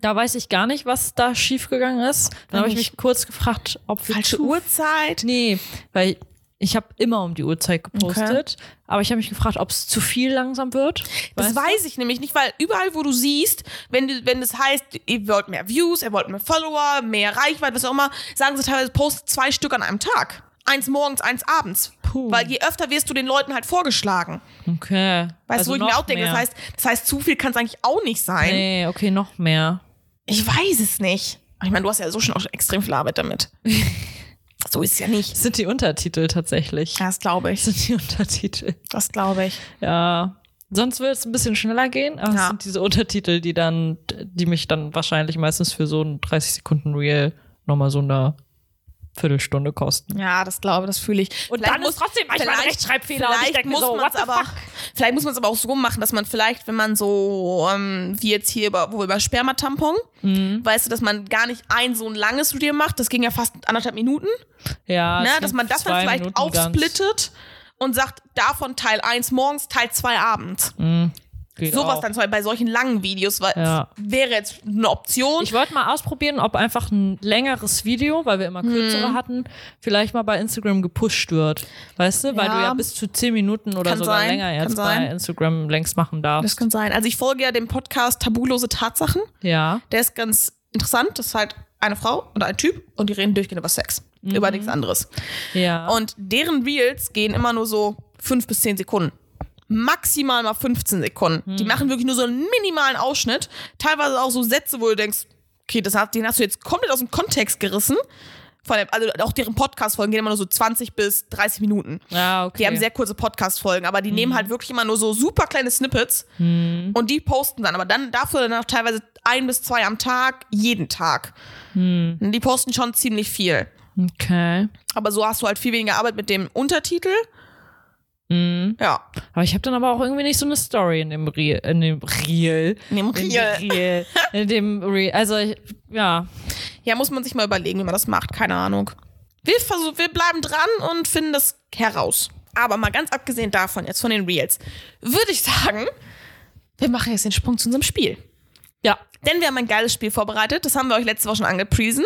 Da weiß ich gar nicht, was da schiefgegangen ist. Dann Noch habe ich nicht. mich kurz gefragt, ob wir Falsche zu- Uhrzeit. Nee, weil ich habe immer um die Uhrzeit gepostet, aber ich habe mich gefragt, ob es zu viel langsam wird. Das Weißt du? weiß ich nämlich nicht, weil überall, wo du siehst, wenn, du- wenn das heißt, ihr wollt mehr Views, ihr wollt mehr Follower, mehr Reichweite, was auch immer, sagen sie teilweise, post zwei Stück an einem Tag. Eins morgens, eins abends. Puh. Weil je öfter wirst du den Leuten halt vorgeschlagen. Okay. Weißt du, Also wo ich mir noch auch denke, das mehr. heißt, das heißt, zu viel kann es eigentlich auch nicht sein. Nee, okay, noch mehr. Ich weiß es nicht. Aber Ich meine, du hast ja so schon auch schon extrem viel Arbeit damit. so ist es ja nicht. Das sind die Untertitel tatsächlich. Das glaube Das ich. sind die Untertitel. Das glaube ich. Ja. Sonst würde es ein bisschen schneller gehen, aber Ja. es sind diese Untertitel, die dann, die mich dann wahrscheinlich meistens für so ein 30 Sekunden Reel nochmal so eine Viertelstunde kosten. Ja, das glaube, das fühle ich. Und dann ist trotzdem manchmal ein Rechtschreibfehler und ich Vielleicht denk mir muss so, man's what the aber, fuck? vielleicht muss man es aber auch so machen, dass man vielleicht, wenn man so ähm, wie jetzt hier über, wo wir über Spermatampon, Mhm. weißt du, dass man gar nicht ein so ein langes Video macht. Das ging ja fast anderthalb Minuten, Ja. es ne? sind dass man das Ah, zwei dann vielleicht Minuten ganz. aufsplittet und sagt davon Teil 1 morgens, Teil 2 abends. Geht Sowas auch. dann zum Beispiel bei solchen langen Videos, weil Ja. wäre jetzt eine Option. Ich wollte mal ausprobieren, ob einfach ein längeres Video, weil wir immer Mhm. kürzere hatten, vielleicht mal bei Instagram gepusht wird. Weißt du? Weil Ja. du ja bis zu 10 Minuten oder Kann sogar sein, länger kann jetzt bei sein. Instagram längst machen das darfst. kann sein. Also ich folge ja dem Podcast Tabulose Tatsachen. Ja. Der ist ganz interessant. Das ist halt eine Frau und ein Typ und die reden durchgehend über Sex. Über nichts anderes. Ja. Und deren Reels gehen immer nur so fünf bis zehn Sekunden. Maximal mal 15 Sekunden. Die machen wirklich nur so einen minimalen Ausschnitt. Teilweise auch so Sätze, wo du denkst, okay, das hast, den hast du jetzt komplett aus dem Kontext gerissen. Von der, also auch deren Podcast-Folgen gehen immer nur so 20 bis 30 Minuten. ja, Ah, okay. Die haben sehr kurze Podcast-Folgen, aber die nehmen halt wirklich immer nur so super kleine Snippets und die posten dann. Aber dann dafür dann auch teilweise ein bis zwei am Tag, jeden Tag. Die posten schon ziemlich viel. Okay. Aber so hast du halt viel weniger Arbeit mit dem Untertitel. Ja. Aber ich habe dann aber auch irgendwie nicht so eine Story in dem Reel. In dem Reel. In dem Reel. In dem Reel. In dem Reel. Also, ich, ja. Ja, muss man sich mal überlegen, wie man das macht. Keine Ahnung. Wir, versuch, wir bleiben dran und finden das heraus. Aber mal ganz abgesehen davon, jetzt von den Reels, würde ich sagen, wir machen jetzt den Sprung zu unserem Spiel. Ja. Denn wir haben ein geiles Spiel vorbereitet. Das haben wir euch letzte Woche schon angepriesen.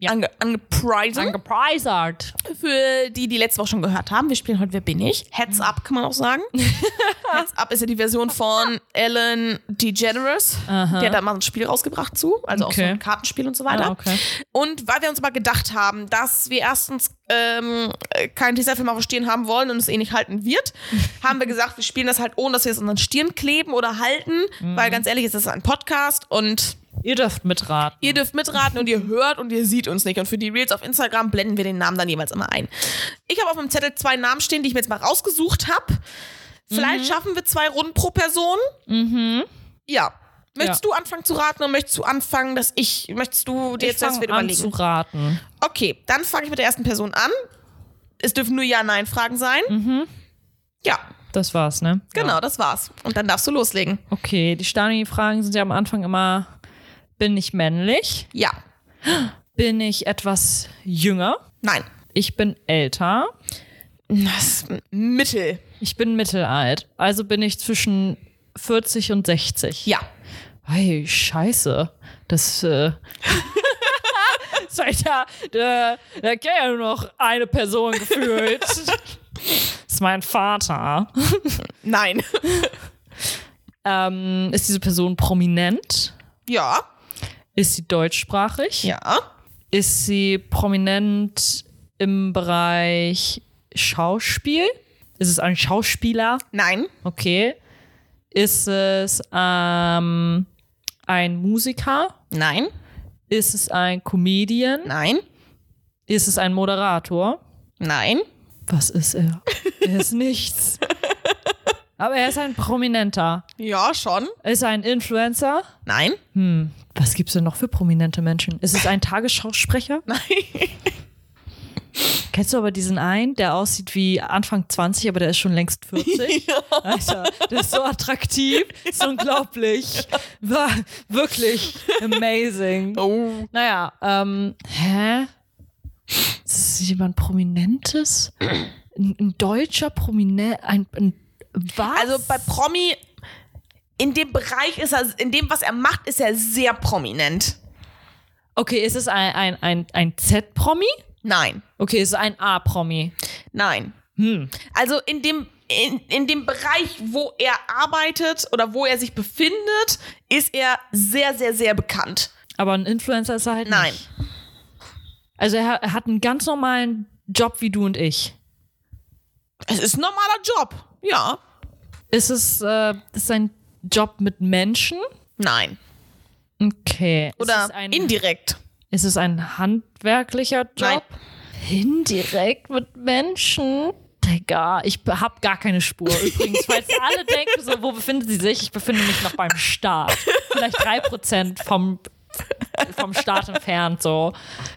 Ja. Ange, angepriesen. Angepreisert. Für die, die letzte Woche schon gehört haben, wir spielen heute Wer bin ich? Heads Up kann man auch sagen. Heads Up ist ja die Version von Ellen DeGeneres. Die hat da mal so ein Spiel rausgebracht zu, also auch so Okay. ein Kartenspiel und so weiter. Ah, okay. Und weil wir uns aber gedacht haben, dass wir erstens ähm, äh, keinen Tesafilm auf der Stirn haben wollen und es eh nicht halten wird, haben wir gesagt, wir spielen das halt ohne, dass wir es an unseren Stirn kleben oder halten, weil Mhm. ganz ehrlich, es ist ein Podcast und Ihr dürft mitraten. Ihr dürft mitraten und ihr hört und ihr seht uns nicht. Und für die Reels auf Instagram blenden wir den Namen dann jeweils immer ein. Ich habe auf meinem Zettel zwei Namen stehen, die ich mir jetzt mal rausgesucht habe. Vielleicht Mhm. schaffen wir zwei Runden pro Person. Ja. Möchtest Ja. du anfangen zu raten oder möchtest du anfangen, dass ich, möchtest du dir Ich jetzt erst fange wieder an überlegen? zu raten. Okay, dann fange ich mit der ersten Person an. Es dürfen nur Ja-Nein-Fragen sein. Mhm. Ja, Das war's, ne? genau, das war's. Und dann darfst du loslegen. Okay, die Stani-Fragen sind ja am Anfang immer, bin ich männlich? Ja, Bin ich etwas jünger? nein. Ich bin älter. Das Mittel. Ich bin mittelalt. Also bin ich zwischen 40 und 60. Ja. Ei, scheiße. Das, äh, Sorry, da, da, da kennt ja nur noch eine Person gefühlt. das ist mein Vater. Nein. Ähm, ist diese Person prominent? Ja. Ist sie deutschsprachig? Ja. Ist sie prominent im Bereich Schauspiel? Ist es ein Schauspieler? Nein. Okay. Ist es ähm, ein Musiker? Nein. Ist es ein Comedian? Nein. Ist es ein Moderator? Nein. Was ist er? Er ist nichts. Aber er ist ein Prominenter. Ja, schon. Er Ist ein Influencer? Nein. Hm, was gibt's denn noch für prominente Menschen? Ist es ein Tagesschausprecher? Nein. Kennst du aber diesen einen, der aussieht wie Anfang 20, aber der ist schon längst 40? Alter, der ist so attraktiv, ist unglaublich. War wirklich amazing. Oh. Naja, ähm, hä? Ist es jemand Prominentes? Ein, ein deutscher Prominent? Ein, ein, was? Also bei Promi, in dem Bereich ist er, in dem, was er macht, ist er sehr prominent. okay, ist es ein, ein, ein, ein Z-Promi? Nein. Okay, ist es ein A-Promi? Nein. Hm. Also in dem, in, in dem Bereich, wo er arbeitet oder wo er sich befindet, ist er sehr, sehr, sehr bekannt. Aber ein Influencer ist er halt Nein. nicht. Also er, ha- er hat einen ganz normalen Job wie du und ich. Es ist ein normaler Job. Ja. Ist es äh, ist sein Job mit Menschen? Nein. Okay. ist Oder es ein, indirekt. Ist es ein handwerklicher Nein. Job? Indirekt mit Menschen? Digga, ich hab gar keine Spur. Übrigens, falls alle denken, so, wo befindet sie sich? Ich befinde mich noch beim Start. Vielleicht drei Prozent vom, vom Start entfernt, so.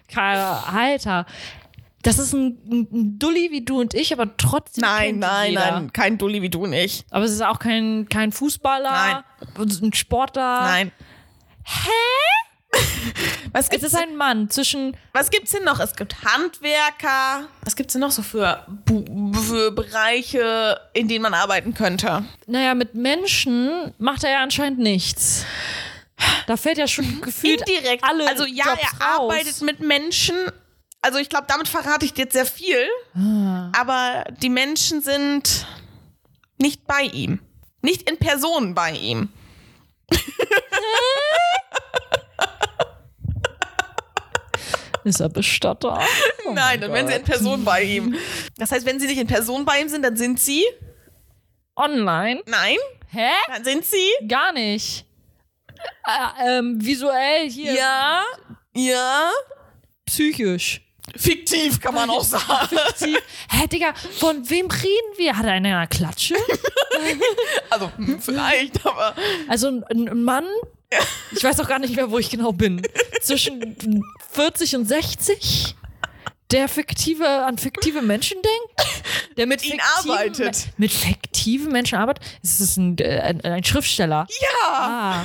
Keine- Alter. Das ist ein, ein- ein Dulli wie du und ich, aber trotzdem. kennt Nein, ihn nein, jeder. nein. Kein Dulli wie du und ich. Aber es ist auch kein, kein Fußballer, ein Sportler. Nein. Hä? Was Es gibt's, ist ein Mann zwischen was gibt's denn noch? Es gibt Handwerker. Was gibt's denn noch so für, Bu- für Bereiche, in denen man arbeiten könnte? Naja, mit Menschen macht er ja anscheinend nichts. Da fällt ja schon gefühlt indirekt. alle also ja, Jobs er raus. arbeitet mit Menschen. Also ich glaube, damit verrate ich dir jetzt sehr viel. Ah. Aber die Menschen sind nicht bei ihm. Nicht in Person bei ihm. Ist er Bestatter? Oh Nein, mein dann wären sie in Gott. Person bei ihm. Das heißt, wenn sie nicht in Person bei ihm sind, dann sind sie. Online? Nein, Hä? dann sind sie. Gar nicht. Äh, ähm, visuell hier. Ja. Ja. Psychisch. Fiktiv kann man auch sagen. Sie, hä, Digga, von wem reden wir? Hat er eine Klatsche? Also hm, vielleicht, aber Also ein, ein Mann Ich weiß auch gar nicht mehr, wo ich genau bin. Zwischen 40 und 60? Der fiktive, an fiktive Menschen denkt? Der mit ihnen fiktiven- arbeitet. Mit fiktiven Menschen arbeitet? Es ist ein, äh, ein, ein Schriftsteller. Ja, Ah.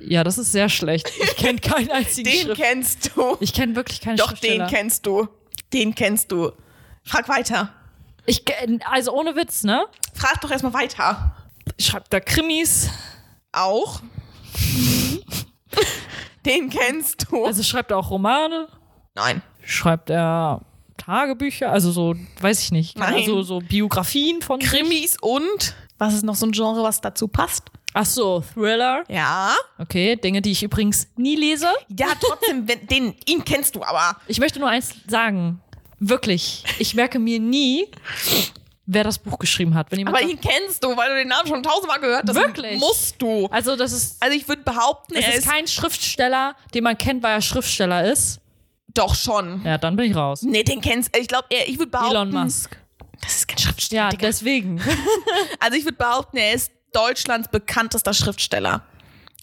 Ja, das ist sehr schlecht. Ich kenne keinen einzigen den Schriftsteller. kennst du. Ich kenne wirklich keinen Doch, Schriftsteller. den kennst du. Den kennst du. Frag weiter. Ich kenn- also ohne Witz, ne? Frag doch erstmal weiter. Schreibt da Krimis. Auch. den kennst du. Also schreibt er auch Romane. Nein. Schreibt er Tagebücher, also so, weiß ich nicht. Kann Nein. Er so, so Biografien von. Krimis und. Was ist noch so ein Genre, was dazu passt? Ach so, Thriller. Ja. Okay, Dinge, die ich übrigens nie lese. Ja, trotzdem, wenn, den, ihn kennst du aber. Ich möchte nur eins sagen. Wirklich, ich merke mir nie, wer das Buch geschrieben hat. Wenn jemand Aber sagt, ihn kennst du, weil du den Namen schon tausendmal gehört hast. Wirklich? Musst du. also das ist, Also ich würde behaupten, es er ist ist, kein Schriftsteller, den man kennt, weil er Schriftsteller ist. doch schon. Ja, dann bin ich raus. Nee, den kennst Ich glaube, er, ich würde behaupten. Elon Musk. Das ist kein Schriftsteller. Ja, Digga. deswegen. Also ich würde behaupten, er ist Deutschlands bekanntester Schriftsteller.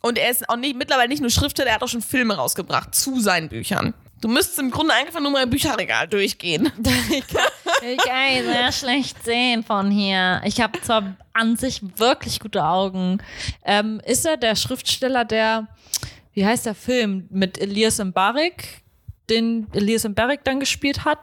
Und er ist auch nicht, mittlerweile nicht nur Schriftsteller, er hat auch schon Filme rausgebracht zu seinen Büchern. Du müsstest im Grunde einfach nur mal ein Bücherregal durchgehen. Ich kann sehr schlecht sehen von hier. Ich habe zwar an sich wirklich gute Augen. Ähm, ist er der Schriftsteller der, wie heißt der Film, mit Elias Mbarek, den Elias Mbarek dann gespielt hat?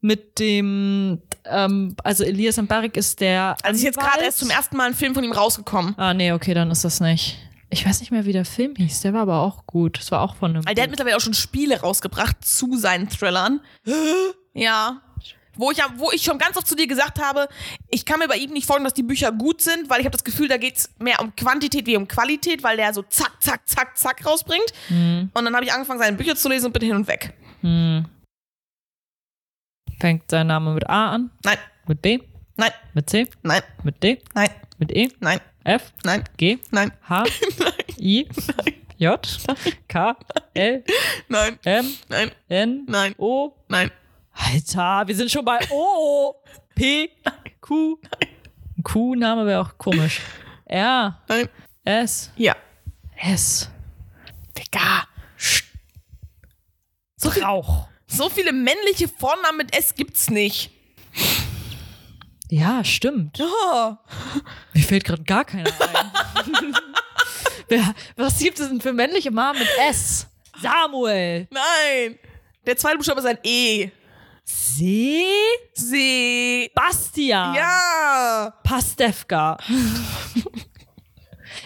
Mit dem, ähm, also Elias Mbarek ist der. Also ich jetzt Anwalt? gerade erst zum ersten Mal ein Film von ihm rausgekommen. Ah, nee, okay, dann ist das nicht. Ich weiß nicht mehr, wie der Film hieß. Der war aber auch gut. Das war auch von einem. Weil der hat mittlerweile auch schon Spiele rausgebracht zu seinen Thrillern. Ja. Wo ich, ja- wo ich schon ganz oft zu dir gesagt habe, ich kann mir bei ihm nicht vorstellen, dass die Bücher gut sind, weil ich habe das Gefühl, da geht's mehr um Quantität wie um Qualität, weil der so zack, zack, zack, zack rausbringt. Und dann habe ich angefangen, seine Bücher zu lesen und bin hin und weg. Hm. Fängt sein Name mit A an? Nein, Mit B? nein, Mit C? nein, Mit D? nein, Mit E, nein, F, nein, G, nein, H, I, J, K, L, nein, M, nein, N, Nein. O. nein. Alter, wir sind schon bei O, P, Q. Ein Q-Name wäre auch komisch. R, Nein. S, Ja. S. Digga. So, viel, Rauch. so viele männliche Vornamen mit S gibt's nicht. Ja, stimmt. Oh. Mir fällt gerade gar keiner ein. Wer, was gibt es denn für männliche Namen mit S? Samuel. Nein. Der zweite Buchstabe ist ein E. Sebastian. See. Ja. Pastewka.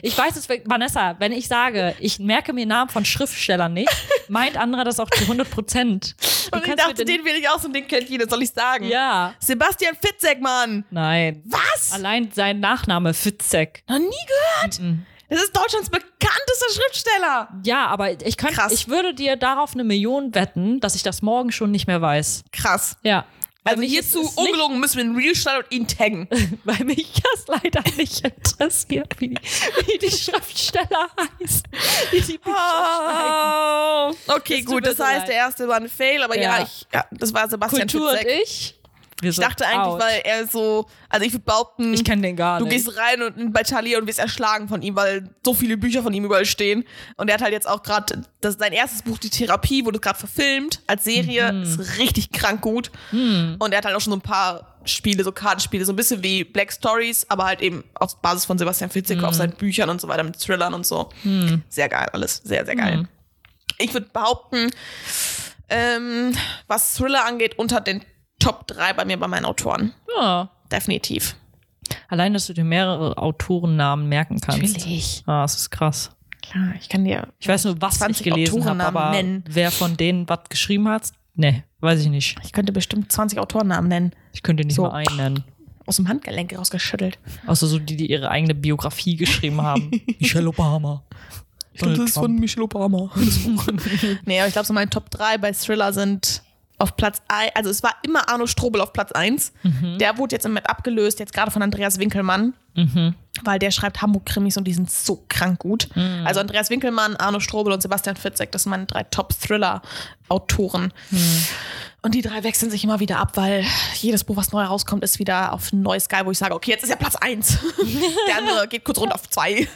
Ich weiß es, Vanessa, wenn ich sage, ich merke mir Namen von Schriftstellern nicht, meint anderer das auch zu 100 Prozent. Und ich dachte, den will ich aus und den kennt jeder, soll ich sagen. Ja. Sebastian Fitzek, Mann. Nein. Was? Allein sein Nachname, Fitzek. Noch nie gehört. Das ist Deutschlands bekanntester Schriftsteller. Ja, aber ich könnte, Krass. ich würde dir darauf eine Million wetten, dass ich das morgen schon nicht mehr weiß. Krass. Ja. Weil Also mich ist hierzu, es nicht- ungelogen, müssen wir einen Real starten und ihn taggen. weil mich das leider nicht interessiert, wie die, wie die Schriftsteller heißen, die die Bücher schreiben. Oh. Okay, Es tut gut. mir Das so heißt, leid. der erste war ein Fail, aber ja, Ja. ich, ja das war Sebastian Kultur und Fitzek. ich. Ich dachte eigentlich, weil er so, also ich würde behaupten, Ich kenne den gar Du nicht. gehst rein und bei Charlie und wirst erschlagen von ihm, weil so viele Bücher von ihm überall stehen. Und er hat halt jetzt auch gerade, das ist sein erstes Buch, die Therapie, wurde gerade verfilmt als Serie. Ist richtig krank gut. Und er hat halt auch schon so ein paar Spiele, so Kartenspiele, so ein bisschen wie Black Stories, aber halt eben auf Basis von Sebastian Fitzek, auf seinen Büchern und so weiter, mit Thrillern und so. Sehr geil, alles. Sehr, sehr geil. Ich würde behaupten, ähm, was Thriller angeht, unter den Top 3 bei mir, bei meinen Autoren. ja. Definitiv. Allein, dass du dir mehrere Autorennamen merken kannst. Natürlich. Ah, das ist krass. Klar, ich kann dir Ich weiß nur, was 20 ich gelesen habe, Autorennamen aber nennen. wer von denen was geschrieben hat, nee, weiß ich nicht. Ich könnte bestimmt 20 Autorennamen nennen. Ich könnte nicht So. mal einen nennen. Aus dem Handgelenk rausgeschüttelt. Außer so die, die ihre eigene Biografie geschrieben haben. Michelle Obama. Ich Michelle Obama. nee, aber ich glaube, so meine Top 3 bei Thriller sind auf Platz 1. Also es war immer Mhm. Arno Strobel auf Platz 1. Der wurde jetzt im Moment abgelöst, jetzt gerade von Andreas Winkelmann. weil der schreibt Hamburg-Krimis und die sind so krank gut. Also Andreas Winkelmann, Arno Strobel und Sebastian Fitzek, das sind meine drei Top-Thriller-Autoren. Und die drei wechseln sich immer wieder ab, weil jedes Buch, was neu rauskommt, ist wieder auf ein neues Sky, wo ich sage, okay, jetzt ist ja Platz eins. der andere geht kurz runter auf zwei.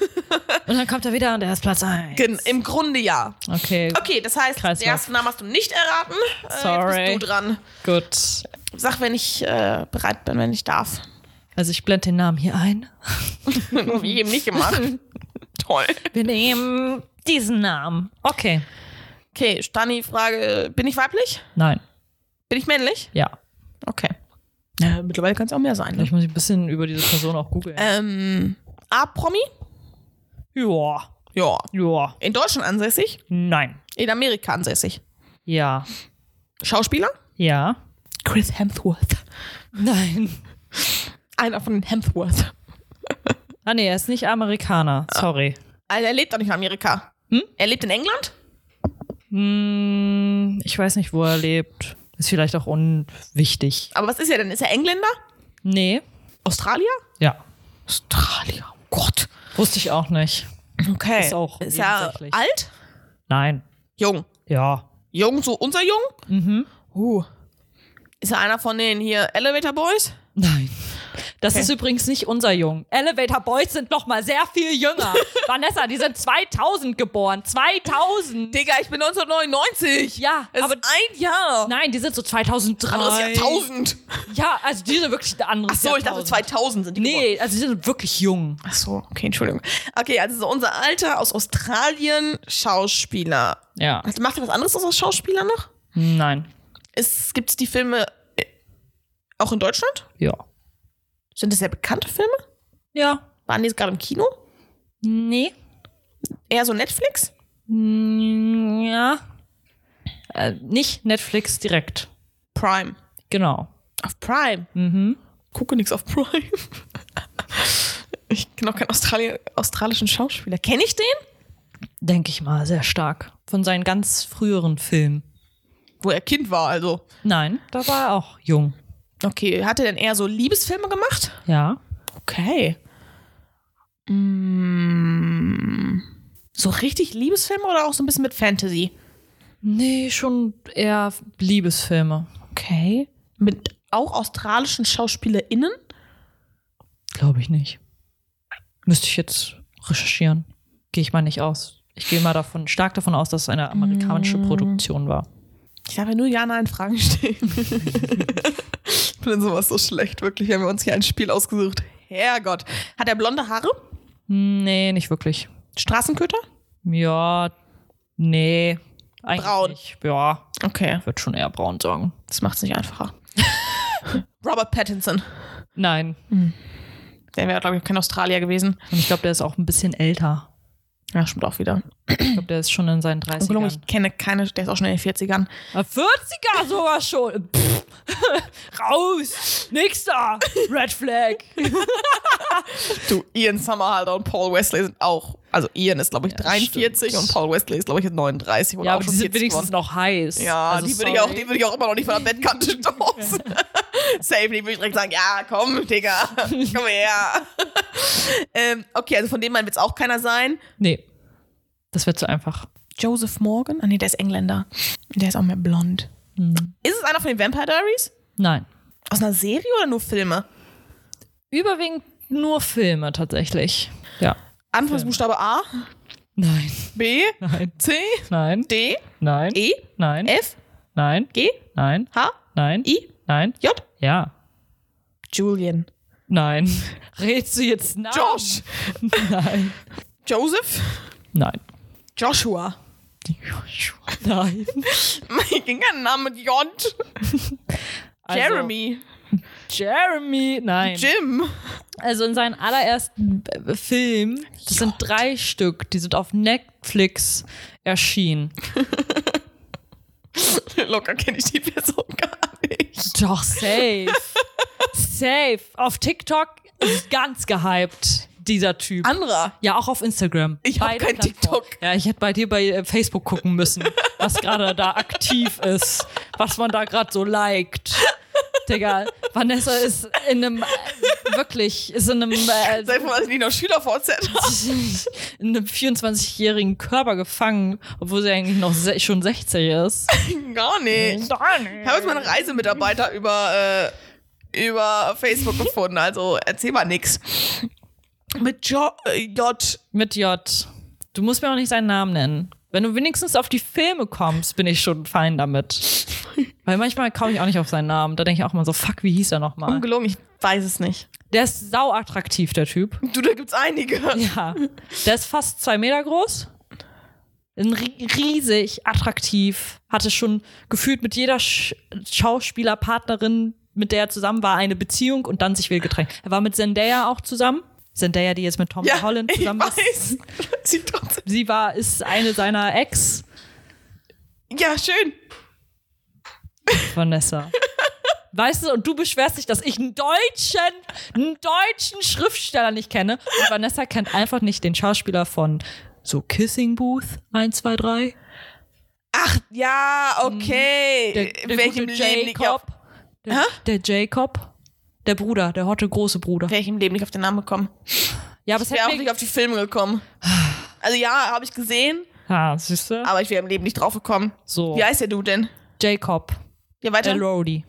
Und dann kommt er wieder und er ist Platz 1. Gen- Im Grunde ja. Okay, Okay, das heißt, Kreislauf. den ersten Namen hast du nicht erraten. Äh, Sorry. jetzt bist du dran. gut. Sag, wenn ich äh, bereit bin, wenn ich darf. Also ich blende den Namen hier ein. Hab ich eben nicht gemacht. Toll. Wir nehmen diesen Namen. Okay. Okay, Stani, Frage, bin ich weiblich? Nein. Bin ich männlich? Ja. Okay. Ja, mittlerweile kann es auch mehr sein. Ne? Vielleicht muss ich ein bisschen über diese Person auch googeln. Ähm, A-Promi? ja. Ja. Ja. In Deutschland ansässig? Nein. In Amerika ansässig. Ja. Schauspieler? Ja. Chris Hemsworth. Nein. Einer von den Hemsworth. Ah nee, er ist nicht Amerikaner. Sorry. Also er lebt doch nicht in Amerika. Hm? Er lebt in England? Hm, ich weiß nicht, wo er lebt. Ist vielleicht auch unwichtig. Aber was ist er denn? Ist er Engländer? Nee. Australier? Ja. Australier, oh Gott. Wusste ich auch nicht. Okay. Ist auch Ist er nebensächlich. alt? Nein. Jung. Ja. Jung, so unser Jung? Mhm. Uh. Ist er einer von den hier Elevator Boys? Nein. Das ist übrigens nicht unser Jung. Elevator Boys sind noch mal sehr viel jünger. Vanessa, die sind 2000 geboren. 2000. Digga, ich bin 1999. Ja, Es aber- ist ein Jahr. Nein, die sind so 2003. Anderes Jahr 1000. Ja, also die sind wirklich ein anderes Ach so, ich dachte 2000. 2000 sind die geboren. Nee, also die sind wirklich jung. Ach so, okay, Entschuldigung. Okay, also so unser Alter aus Australien, Schauspieler. Ja. Also Macht er was anderes als Schauspieler noch? Nein. Gibt es die Filme äh, auch in Deutschland? Ja. Sind das sehr bekannte Filme? Ja. Waren die jetzt gerade im Kino? Nee. Eher so Netflix? Mm, Ja. Äh, nicht Netflix direkt. Prime. Genau. Auf Prime? Mhm. Gucke nix auf Prime. Ich kenne auch keinen Australi australischen Schauspieler. Kenne ich den? Denke ich mal, sehr stark. Von seinen ganz früheren Filmen. Wo er Kind war, also. Nein, da war er auch jung. Okay, hat er denn eher so Liebesfilme gemacht? Ja. Okay. Mm. So richtig Liebesfilme oder auch so ein bisschen mit Fantasy? Nee, schon eher Liebesfilme. Okay. Mit auch australischen SchauspielerInnen? Glaube ich nicht. Müsste ich jetzt recherchieren. Gehe ich mal nicht aus. Ich gehe mal davon, stark davon aus, dass es eine amerikanische Produktion war. Ich habe ja nur Ja-Nein-Fragen stehen. ich bin in sowas so schlecht, wirklich. Haben wir uns hier ein Spiel ausgesucht. Herrgott. Hat er blonde Haare? Nee, nicht wirklich. Straßenköter? Ja, nee. Eigentlich Braun. Nicht. Ja, Okay, wird schon eher braun sagen. das macht es nicht einfacher. Robert Pattinson. Nein. Der wäre, glaube ich, kein Australier gewesen. Und ich glaube, der ist auch ein bisschen älter. Ja, stimmt auch wieder. Ich glaube, der ist schon in seinen Ungelungen, 30ern. ich kenne keine, der ist auch schon in den 40ern. Ah, 40er sogar schon. Pff. Raus. Nächster. Red Flag. Du, Ian Somerhalder und Paul Wesley sind auch. Also Ian ist, glaube ich, Ja, 43 stimmt. und Paul Wesley ist, glaube ich, jetzt 39 oder Ja, auch aber die schon sind 40 wenigstens geworden. noch heiß. Ja, Also, die würde ich, auch- sorry. die würd ich auch immer noch nicht von der Bettkante stoßen. Safe, die würde ich direkt sagen, ja, komm, Digga, komm her. ähm, okay, also von dem Mann wird es auch keiner sein. Nee. Das wird zu einfach. Joseph Morgan? Ah, nee, der ist Engländer. Der ist auch mehr blond. Mhm. Ist es einer von den Vampire Diaries? Nein. Aus einer Serie oder nur Filme? Überwiegend nur Filme tatsächlich. Ja. Anfangsbuchstabe A, Nein. B, Nein. C, Nein. D, Nein. E, Nein. F, Nein. G, Nein. H, Nein. I, Nein. J. Ja. Julian. Nein. Redst du jetzt nach? Josh. Nein. Joseph. Nein. Joshua. Nein. Ich ging keinen Namen mit J. Also, Jeremy. Jeremy. Nein. Jim. Also in seinen allerersten äh, Film, das sind drei Stück, die sind auf Netflix erschienen. Locker kenne ich die Person gar nicht. Doch, safe. safe. Auf TikTok ist ganz gehypt, dieser Typ. Anderer. ja, auch auf Instagram. Ich hab Beide kein Plattformen. TikTok. Ja, ich hätte bei dir bei äh, Facebook gucken müssen, was gerade da aktiv ist, was man da gerade so liked. Digga, Vanessa ist in einem äh, wirklich ist in einem, äh, Sei froh, dass ich nicht noch Schüler VZ habe. in einem 24-jährigen Körper gefangen, obwohl sie eigentlich noch se schon 60 ist. Gar nicht. Ich habe jetzt meinen Reisemitarbeiter über, äh, über Facebook gefunden, also erzähl mal nix. Mit jo äh, J. Mit J. Du musst mir auch nicht seinen Namen nennen. Wenn du wenigstens auf die Filme kommst, bin ich schon fein damit. Weil manchmal komme ich auch nicht auf seinen Namen. Da denke ich auch mal so, fuck, wie hieß er nochmal? Ungelogen, ich weiß es nicht. Der ist sau attraktiv, der Typ. Du, da gibt's einige. Ja. Der ist fast zwei Meter groß. Ein ri- Riesig, attraktiv. Hatte schon gefühlt mit jeder Sch Schauspielerpartnerin, mit der er zusammen war, eine Beziehung und dann sich will getrennt. Er war mit Zendaya auch zusammen. Zendaya, die jetzt mit Tom Holland ich zusammen ist. weiß. Sie trotzdem. Sie war, ist eine seiner Ex, Ja, schön. Vanessa. Weißt du, und du beschwerst dich, dass ich einen deutschen, einen deutschen Schriftsteller nicht kenne. Und Vanessa kennt einfach nicht den Schauspieler von so Kissing Booth 1, 2, 3. Ach, ja, okay. Mhm. der, der In Äh, welchem gute Leben liegt Jacob. Der, der Jacob. Der Bruder, der hotte große Bruder. welchem Leben nicht auf den Namen gekommen. Ja, aber es Ich wäre auch hätte nicht mir, auf die Filme gekommen. Also ja, habe ich gesehen, ah, siehst du? aber ich wäre im Leben nicht drauf gekommen. So, Wie heißt der Dude denn? Jacob. Ja, weiter. Elodie.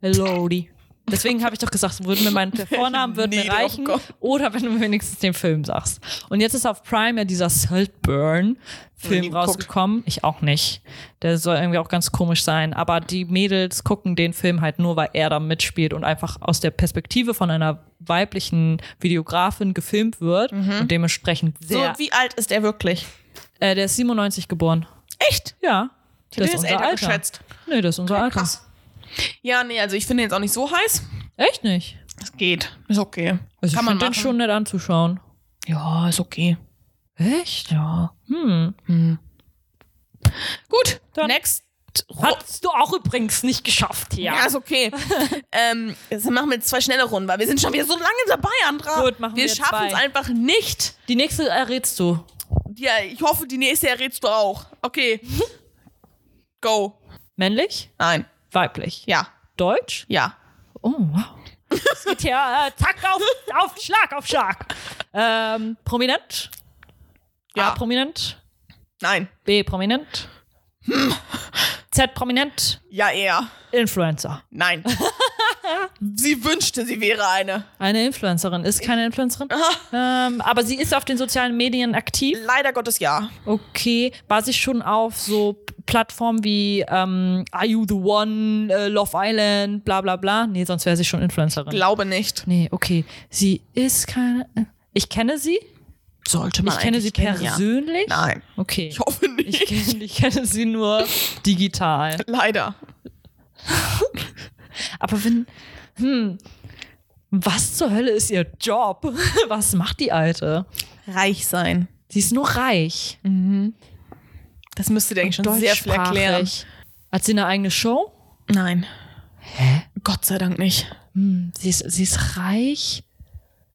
Elodie. Deswegen habe ich doch gesagt, würden mir mein der Vornamen würde Nie mir drauf reichen. gekommen. Oder wenn du mir wenigstens den Film sagst. Und jetzt ist auf Prime ja dieser Nie Saltburn-Film geguckt. rausgekommen. Ich auch nicht. Der soll irgendwie auch ganz komisch sein. Aber die Mädels gucken den Film halt nur, weil er da mitspielt und einfach aus der Perspektive von einer weiblichen Videografin gefilmt wird und dementsprechend Mhm. So, sehr. wie alt ist er wirklich? äh, der ist 97 geboren. Echt? Ja. hätte ihn als älter geschätzt. Nee, das ist unser Alter. Krass. Ja, nee, also ich finde ihn jetzt auch nicht so heiß. Echt nicht. Es geht. Ist okay. Also Kann ich man finde den machen. schon nett anzuschauen. Ja, ist okay. Echt? Ja. Hm. Gut, Dann- next. Hast du auch übrigens nicht geschafft hier. Ja, ist okay. ähm, jetzt machen wir jetzt zwei schnelle Runden, weil wir sind schon wieder so lange dabei, Andra. Gut, machen wir schaffen es zwei. einfach nicht. Die nächste errätst du. Ja, ich hoffe, die nächste errätst du auch. Okay. Go. Männlich? Nein. Weiblich? Ja. Deutsch? Ja. Oh, wow. Es geht ja äh, zack auf, auf Schlag, auf Schlag. Ähm, prominent? Ja. A prominent? Nein. B prominent? Z prominent? Ja, eher. Influencer. Nein. sie wünschte, sie wäre eine. Eine Influencerin ist keine Influencerin, ähm, aber sie ist auf den sozialen Medien aktiv. Leider Gottes ja. Okay, basiere ich schon auf so P- Plattformen wie ähm, Are You the One, äh, Love Island, bla bla bla. Nee, sonst wäre sie schon Influencerin. Glaube nicht. nee, okay. Sie ist keine. äh, Ich kenne sie. Sollte Ich kenne sie persönlich. Ja. Nein. Okay. Ich hoffe Ich nicht. kenne, ich kenne sie nur digital. Leider. Aber wenn. Hm. Was zur Hölle ist ihr Job? Was macht die Alte? Reich sein. Sie ist nur reich. Das müsste dir eigentlich schon sehr viel deutschsprachig. erklären. Hat sie eine eigene Show? Nein. Hä? Gott sei Dank nicht. Hm, sie ist, sie ist reich,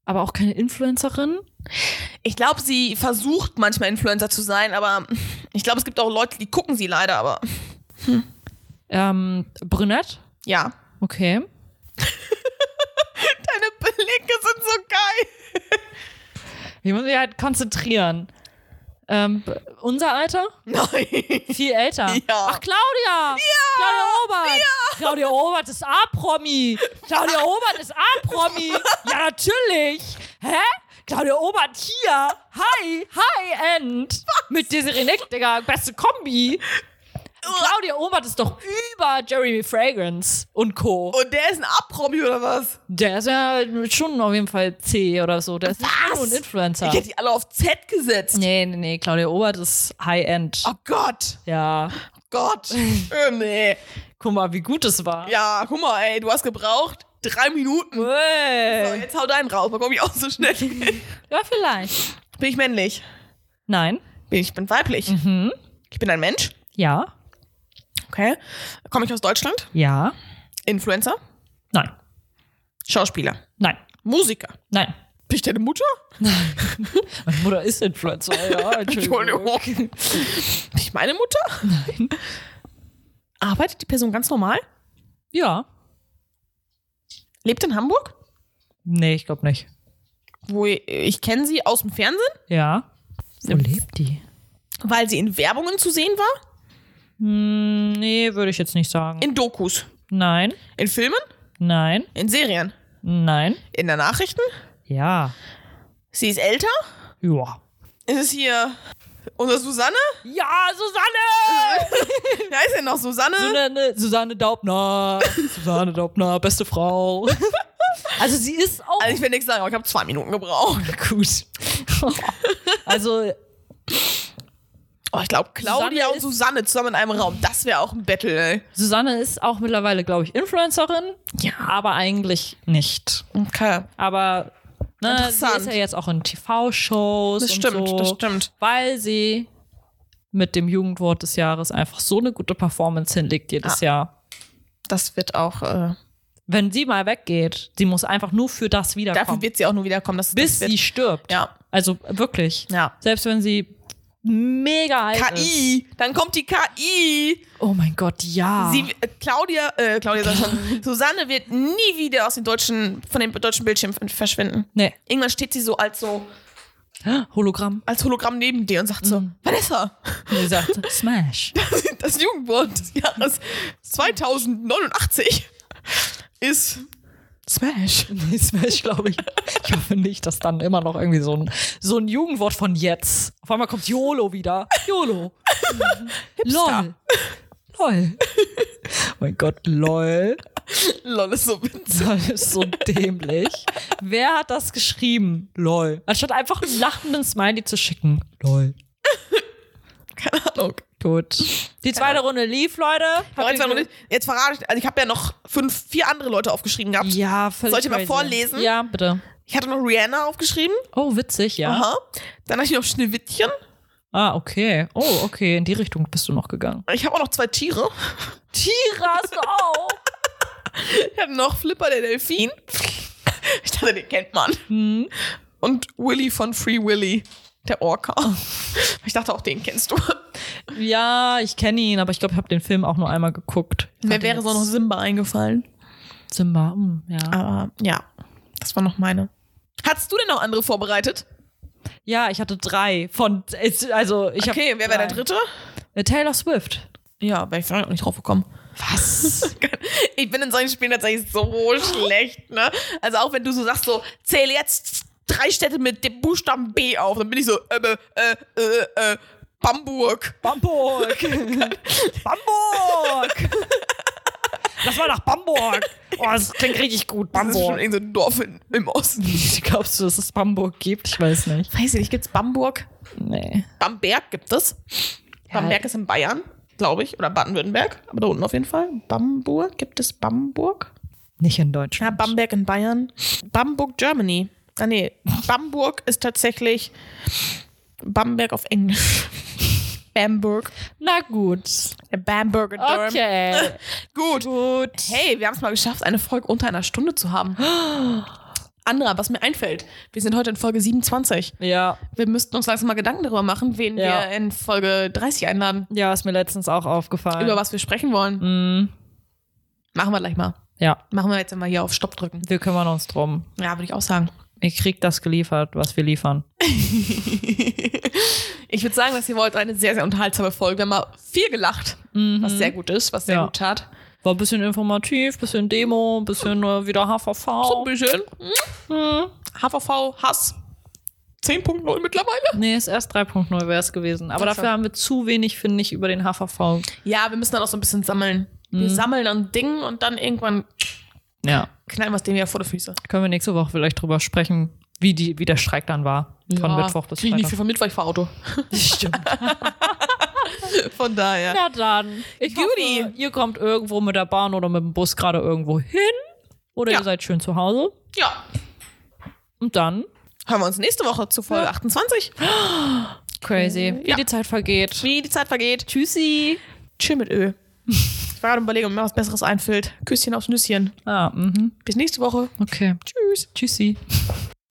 aber auch keine Influencerin. Ich glaube, sie versucht manchmal Influencer zu sein, aber ich glaube, es gibt auch Leute, die gucken sie leider, aber Ähm, brünett. ja. Okay. Deine Blicke sind so geil. Ich muss mich halt konzentrieren. Ähm, b- unser Alter? Nein. Viel älter. Ja. Ach, Claudia! Ja! Claudia Obert! Claudia Obert ist A-Promi! Claudia Obert ist A-Promi! Ja, natürlich! Hä? Claudia Obert hier! Hi! Hi, End! Mit Desiree Nick, Digga, beste Kombi! Claudia Obert ist doch über Jeremy Fragrance und Co. Und der ist ein Abpromi oder was? Der ist ja schon auf jeden Fall C oder so. Der ist nicht Was? nur ein Influencer. Ich hätte die alle auf Z gesetzt. Nee, nee, nee, Claudia Obert ist High-End. Oh Gott. Ja. Gott. äh, nee. Guck mal, wie gut es war. Ja, guck mal, ey, du hast gebraucht drei Minuten. So, Hey. jetzt hau deinen raus, dann komm ich auch so schnell. Bin Ja, vielleicht. ich männlich? Nein. Bin Ich bin weiblich. Ich bin ein Mensch. Ja. Okay. Komme ich aus Deutschland? Ja. Influencer? Nein. Schauspieler? Nein. Musiker? Nein. Bin ich deine Mutter? Meine Mutter ist Influencer, ja. Entschuldigung. Bin ich meine Mutter? Nein. Arbeitet die Person ganz normal? Ja. Lebt in Hamburg? Nee, ich glaube nicht. Wo ich, ich kenne sie aus dem Fernsehen, Ja. Wo lebt die? weil sie in Werbungen zu sehen war, Hm, nee, würde ich jetzt nicht sagen. in Dokus, Nein, in Filmen, nein, in Serien, nein. in der Nachrichten. Ja. Sie ist älter. Ja. Ist es hier unsere Susanne? Ja, Susanne! Wer ist denn noch Susanne? Susanne, Susanne Daubner. Susanne Daubner, beste Frau. Also sie ist auch Also ich will nichts sagen, aber ich habe zwei Minuten gebraucht. gut. Also Oh, ich glaube, Claudia Susanne und ist- Susanne zusammen in einem Raum, das wäre auch ein Battle, ey. Susanne ist auch mittlerweile, glaube ich, Influencerin. Ja. Aber eigentlich nicht. Okay. Aber ne, sie Interessant. ist ja jetzt auch in TV-Shows. Das und stimmt, so, das stimmt. Weil sie mit dem Jugendwort des Jahres einfach so eine gute Performance hinlegt Ah. jedes Jahr. Das wird auch, äh, Wenn sie mal weggeht, sie muss einfach nur für das dafür wiederkommen. wird sie auch nur wiederkommen. Das, bis das wird, sie stirbt. Ja. Also wirklich. Ja. Selbst wenn sie mega alt ist. KI, dann kommt die KI. Oh mein Gott, ja. Sie, äh, Claudia, äh, Claudia sag schon, Susanne wird nie wieder aus dem deutschen, von dem deutschen Bildschirm f- verschwinden. nee. Irgendwann steht sie so als so, Hologramm. als Hologramm neben dir und sagt so, Mhm. Vanessa, Sie sagt, Smash. das Jugendwort des Jahres 2089 ist Smash. Nee, Smash, glaube ich. Ich hoffe nicht, dass dann immer noch irgendwie so ein, so ein Jugendwort von jetzt. Auf einmal kommt YOLO wieder. YOLO. LOL. LOL. mein Gott, LOL. Lol, ist so witzig. Das ist so dämlich. Wer hat das geschrieben? LOL. Anstatt einfach einen lachenden Smiley zu schicken. LOL. Keine Ahnung. Gut. Die zweite Runde lief, Leute. Habt Jetzt, ihr ge- jetzt verrate ich, also ich habe ja noch fünf, vier andere Leute aufgeschrieben gehabt. Ja, völlig Soll ich mal crazy. vorlesen? Ja, bitte. Ich hatte noch Rihanna aufgeschrieben. Oh, witzig, ja. Aha. Dann hatte ich noch Schneewittchen. Ah, okay. Oh, okay. In die Richtung bist du noch gegangen. Ich habe auch noch zwei Tiere. Tiere hast du auch. Ich hatte noch Flipper der Delfin. Ich dachte, den kennt man. Und Willy von Free Willy, der Orca. Ich dachte, auch den kennst du. Ja, ich kenne ihn, aber ich glaube, ich habe den Film auch nur einmal geguckt. Ich Mir fand ihn wäre so noch Ah. jetzt- Simba eingefallen. Simba? hm, ja. Aber ja, das war noch meine. Hattest du denn noch andere vorbereitet? ja, ich hatte drei von. es- Also ich hab okay, wer war der drei. dritte? Äh, Taylor Swift. Ja, wäre ich vielleicht auch nicht drauf gekommen. Was? Ich bin in solchen Spielen tatsächlich so schlecht, ne? Also auch wenn du so sagst, so, zähle jetzt drei Städte mit dem Buchstaben B auf, dann bin ich so, äh, äh, äh, äh, Bamburg. Bamburg. Bamburg. Lass mal nach Bamburg. Oh, das klingt richtig gut. Das ist schon Bamburg. irgendein Dorf in, im Osten. Glaubst du, dass es Bamburg gibt? Ich weiß nicht. Weiß ich nicht, gibt's Bamburg? Nee. Bamberg gibt es. Bamberg ist in Bayern, glaube ich, oder Baden-Württemberg, aber da unten auf jeden Fall. Bamburg, gibt es Bamburg? Nicht in Ja, Deutschland. Ah, Bamberg in Bayern. Bamburg, Germany. Ah, nee. Bamburg ist tatsächlich Bamberg auf Englisch. Bamburg. Na gut. Der Bamberger Dorm. Okay. Gut. gut. Hey, wir haben es mal geschafft, eine Folge unter einer Stunde zu haben. Andra, was mir einfällt, wir sind heute in Folge 27. Ja, Wir müssten uns langsam mal Gedanken darüber machen, wen wir Ja. in Folge 30 einladen, ja, ist mir letztens auch aufgefallen. über was wir sprechen wollen. Mm, Machen wir gleich mal. ja, Machen wir jetzt mal hier auf Stopp drücken. wir kümmern uns drum. Ja, würde ich auch sagen. Ihr kriegt das geliefert, was wir liefern. Ich würde sagen, dass ihr wollt eine sehr, sehr unterhaltsame Folge. Wir haben mal viel gelacht, was sehr gut ist, was sehr Ja. gut tat. War ein bisschen informativ, bisschen Demo, bisschen äh, wieder HVV. So ein bisschen. Mhm. HVV Hass 10.0 mittlerweile. Nee, ist erst 3.0 wäre es gewesen. Aber Ach so. dafür haben wir zu wenig, finde ich, über den HVV. Ja, wir müssen dann auch so ein bisschen sammeln. Wir sammeln an Dingen und dann irgendwann Ja, knallen wir es dem ja vor die Füße. können wir nächste Woche vielleicht drüber sprechen, wie, die, wie der Streik dann war. Von Ja, Mittwoch bis Krieg ich nicht Freitag. viel von mit, weil ich fahr Auto. Stimmt. Von daher. Na dann. Ich Judy. hoffe, ihr kommt irgendwo mit der Bahn oder mit dem Bus gerade irgendwo hin. Oder Ja. ihr seid schön zu Hause. Ja. Und dann Hören wir uns nächste Woche zu Folge Ja. 28. Crazy. Wie Ja. die Zeit vergeht. Wie die Zeit vergeht. Tschüssi. Chill mit Öl. Ich war gerade überlegen, ob mir was Besseres einfällt. Küsschen aufs Nüsschen. Ah, mhm. Bis nächste Woche. Okay. Tschüss. Tschüssi.